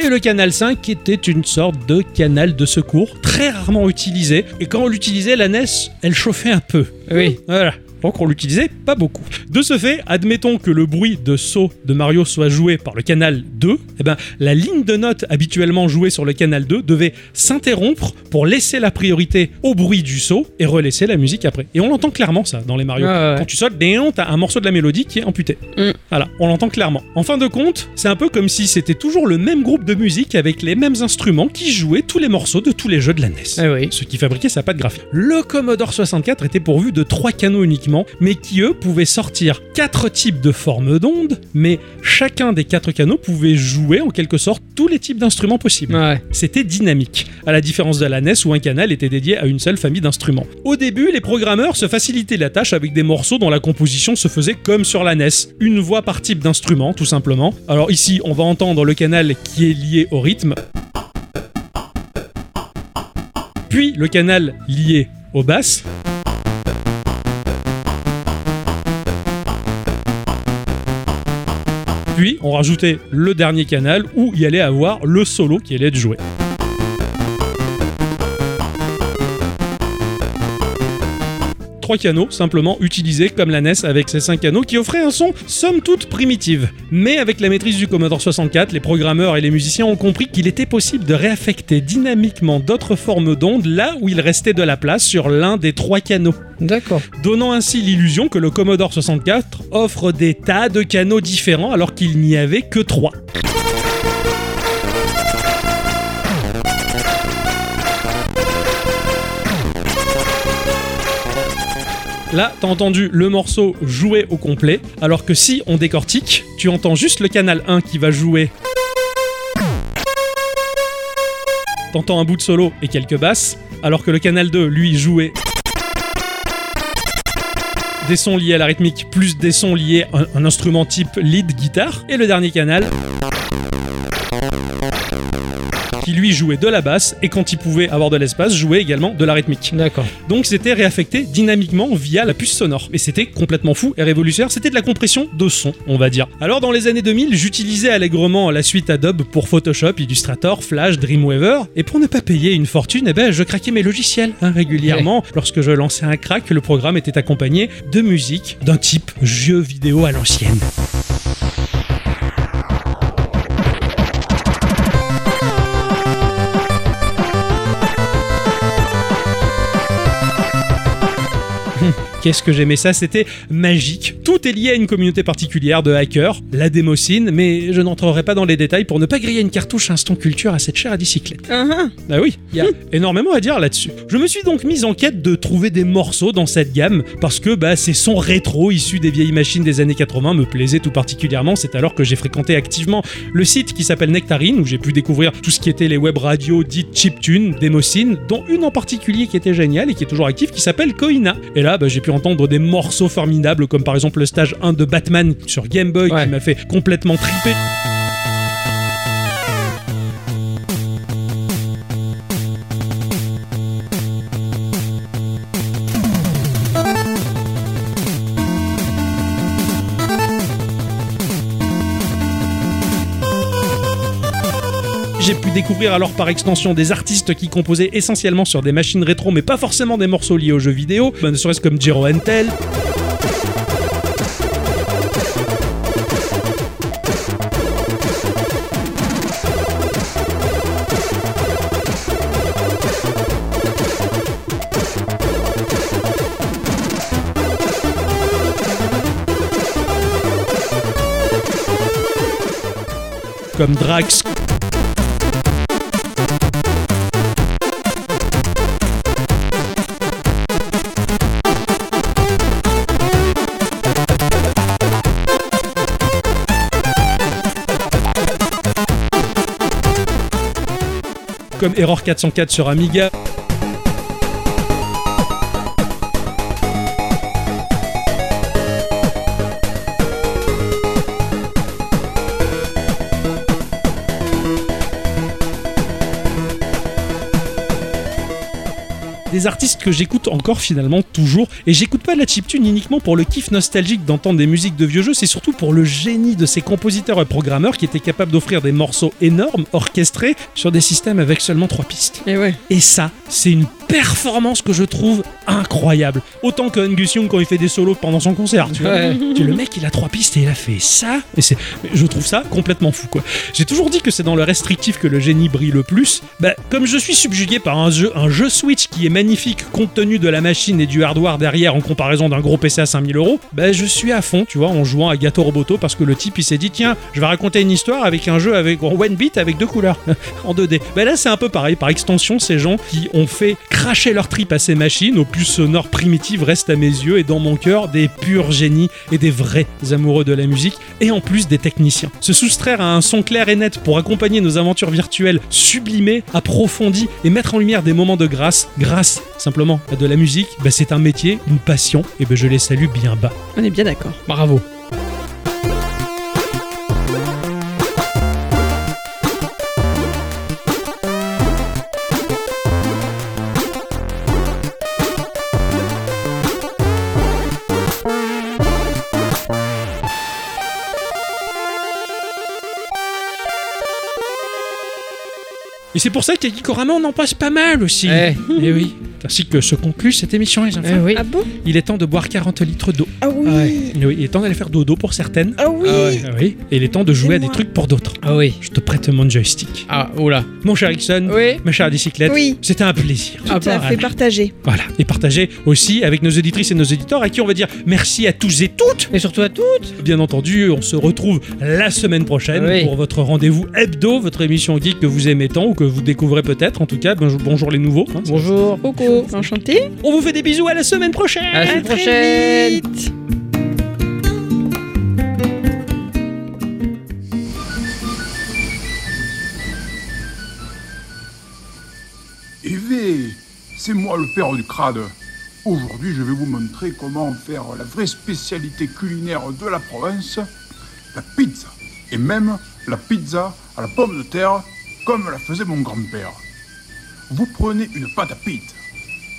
Et le canal 5 était une sorte de canal de secours, très rarement utilisé. Et quand on l'utilisait, la NES, elle chauffait un peu. Oui. Voilà. Donc on l'utilisait pas beaucoup. De ce fait, admettons que le bruit de saut de Mario soit joué par le canal 2, eh ben, la ligne de notes habituellement jouée sur le canal 2 devait s'interrompre pour laisser la priorité au bruit du saut et relaisser la musique après. Et on l'entend clairement ça dans les Mario. Ah ouais. Quand tu sautes, déon, t'as un morceau de la mélodie qui est amputé. Mm. Voilà, on l'entend clairement. En fin de compte, c'est un peu comme si c'était toujours le même groupe de musique avec les mêmes instruments qui jouaient tous les morceaux de tous les jeux de la E NES Ah oui. ce qui fabriquait sa pâte graphique. Le Commodore 64 était pourvu de trois canaux uniquement, mais qui eux pouvaient sortir quatre types de formes d'ondes, mais chacun des quatre canaux pouvait jouer en quelque sorte tous les types d'instruments possibles. Ouais. C'était dynamique, à la différence de la NES où un canal était dédié à une seule famille d'instruments. Au début, les programmeurs se facilitaient la tâche avec des morceaux dont la composition se faisait comme sur la NES, une voix par type d'instrument tout simplement. Alors ici, on va entendre le canal qui est lié au rythme, puis le canal lié aux basses. Puis on rajoutait le dernier canal où il y allait avoir le solo qui allait être joué. Trois canaux simplement utilisés comme la NES avec ses cinq canaux qui offraient un son somme toute primitive. Mais avec la maîtrise du Commodore 64, les programmeurs et les musiciens ont compris qu'il était possible de réaffecter dynamiquement d'autres formes d'ondes là où il restait de la place sur l'un des trois canaux D'accord. donnant ainsi l'illusion que le Commodore 64 offre des tas de canaux différents alors qu'il n'y avait que trois. Là, t'as entendu le morceau jouer au complet, alors que si on décortique, tu entends juste le canal 1 qui va jouer. T'entends un bout de solo et quelques basses, alors que le canal 2, lui, jouait des sons liés à la rythmique plus des sons liés à un- un instrument type lead guitare et le dernier canal qui lui jouait de la basse et quand il pouvait avoir de l'espace jouait également de la rythmique. D'accord. Donc c'était réaffecté dynamiquement via la puce sonore. Et c'était complètement fou et révolutionnaire, c'était de la compression de son, on va dire. Alors dans les années 2000, j'utilisais allègrement la suite Adobe pour Photoshop, Illustrator, Flash, Dreamweaver, et pour ne pas payer une fortune, eh ben, je craquais mes logiciels hein, régulièrement. Lorsque je lançais un crack, le programme était accompagné de musique d'un type jeu vidéo à l'ancienne. Qu'est-ce que j'aimais ça, c'était magique. Tout est lié à une communauté particulière de hackers, la démocine, mais je n'entrerai pas dans les détails pour ne pas griller une cartouche instant culture à cette chair à bicyclette. Ah, Ah oui, il y a énormément à dire là-dessus. Je me suis donc mis en quête de trouver des morceaux dans cette gamme parce que bah, ces sons rétro issus des vieilles machines des années 80 me plaisaient tout particulièrement. C'est alors que j'ai fréquenté activement le site qui s'appelle Nectarine où j'ai pu découvrir tout ce qui était les web radios dites chiptune, démocine, dont une en particulier qui était géniale et qui est toujours active qui s'appelle Koina. Et là, bah, j'ai pu entendre des morceaux formidables comme par exemple le stage 1 de Batman sur Game Boy Ouais. qui m'a fait complètement triper. J'ai pu découvrir alors par extension des artistes qui composaient essentiellement sur des machines rétro, mais pas forcément des morceaux liés aux jeux vidéo, ben, ne serait-ce comme Jero Entel. Comme Drax, comme Error 404 sur Amiga. des artistes que j'écoute encore finalement toujours. Et j'écoute pas de la chiptune uniquement pour le kiff nostalgique d'entendre des musiques de vieux jeux, c'est surtout pour le génie de ces compositeurs et programmeurs qui étaient capables d'offrir des morceaux énormes, orchestrés, sur des systèmes avec seulement trois pistes. Et Eh ouais. Et ça, c'est une performance que je trouve incroyable. Autant que Angus Young quand il fait des solos pendant son concert. Tu vois, Ouais. Tu- le mec, il a trois pistes et il a fait ça. Et c'est, mais je trouve ça complètement fou, quoi. J'ai toujours dit que c'est dans le restrictif que le génie brille le plus. Bah, comme je suis subjugué par un jeu, un jeu Switch qui est magnifique compte tenu de la machine et du hardware derrière en comparaison d'un gros PC à 5000 euros, bah, je suis à fond, tu vois, en jouant à Gato Roboto parce que le type, il s'est dit, tiens, je vais raconter une histoire avec un jeu avec en one bit avec deux couleurs <laughs> en 2D. Bah là, c'est un peu pareil. Par extension, ces gens qui ont fait cracher leur trip à ces machines aux puces sonores primitives restent à mes yeux et dans mon cœur des purs génies et des vrais amoureux de la musique et en plus des techniciens. Se soustraire à un son clair et net pour accompagner nos aventures virtuelles sublimées, approfondies et mettre en lumière des moments de grâce, grâce simplement à de la musique, bah, c'est un métier, une passion et ben je les salue bien bas. On est bien d'accord. Bravo. Et c'est pour ça qu'Aki Korama, on en passe pas mal aussi. Eh. Et oui. Ainsi que se conclut cette émission, les enfants. Eh oui. Ah bon Il est temps de boire 40 litres d'eau. Ah oui. Oui, Il est temps d'aller faire dodo pour certaines. Ah oui. Ah oui. Et il est temps de jouer à des moi. trucs pour d'autres. Ah oui. Je te prête mon joystick. Ah, oula. Mon cher Ixon, Oui. ma chère bicyclette, Oui. c'était un plaisir. Ah Tout à bah, fait partagé. Voilà. Et partagez aussi avec nos auditrices et nos auditeurs à qui on va dire merci à tous et toutes. Et surtout à toutes. Bien entendu, on se retrouve la semaine prochaine Oui. pour votre rendez-vous hebdo, votre émission geek que vous aimez tant ou que vous découvrez peut-être. En tout cas, bonjour, bonjour les nouveaux. hein. Bonjour. Coco, enchanté. On vous fait des bisous à la semaine prochaine. À la semaine prochaine. Vite. Évez, Eh c'est moi le père du crade. Aujourd'hui, je vais vous montrer comment faire la vraie spécialité culinaire de la province, la pizza. Et même la pizza à la pomme de terre, comme la faisait mon grand-père. Vous prenez une pâte à pizza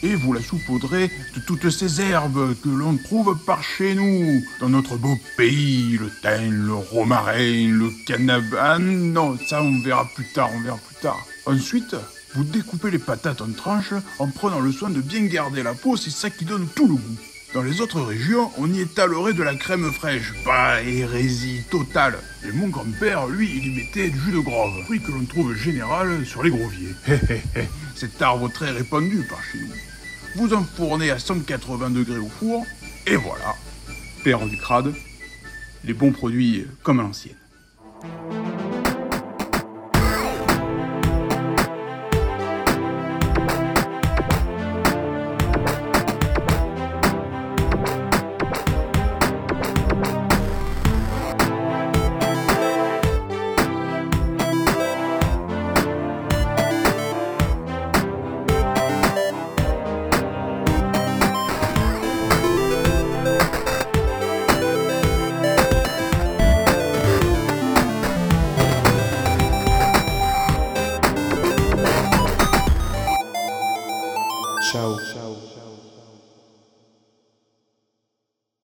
et vous la saupoudrez de toutes ces herbes que l'on trouve par chez nous, dans notre beau pays, le thym, le romarin, le cannabis. Ah non, ça on verra plus tard, on verra plus tard. Ensuite, vous découpez les patates en tranches en prenant le soin de bien garder la peau, c'est ça qui donne tout le goût. Dans les autres régions, on y étalerait de la crème fraîche. Pas hérésie totale. Et mon grand-père, lui, il y mettait du jus de grove, fruit que l'on trouve général sur les <laughs> groviers. Cet arbre très répandu par chez nous vous enfournez à 180 degrés au four, et voilà, père du crade, les bons produits comme à l'ancienne. Ciao.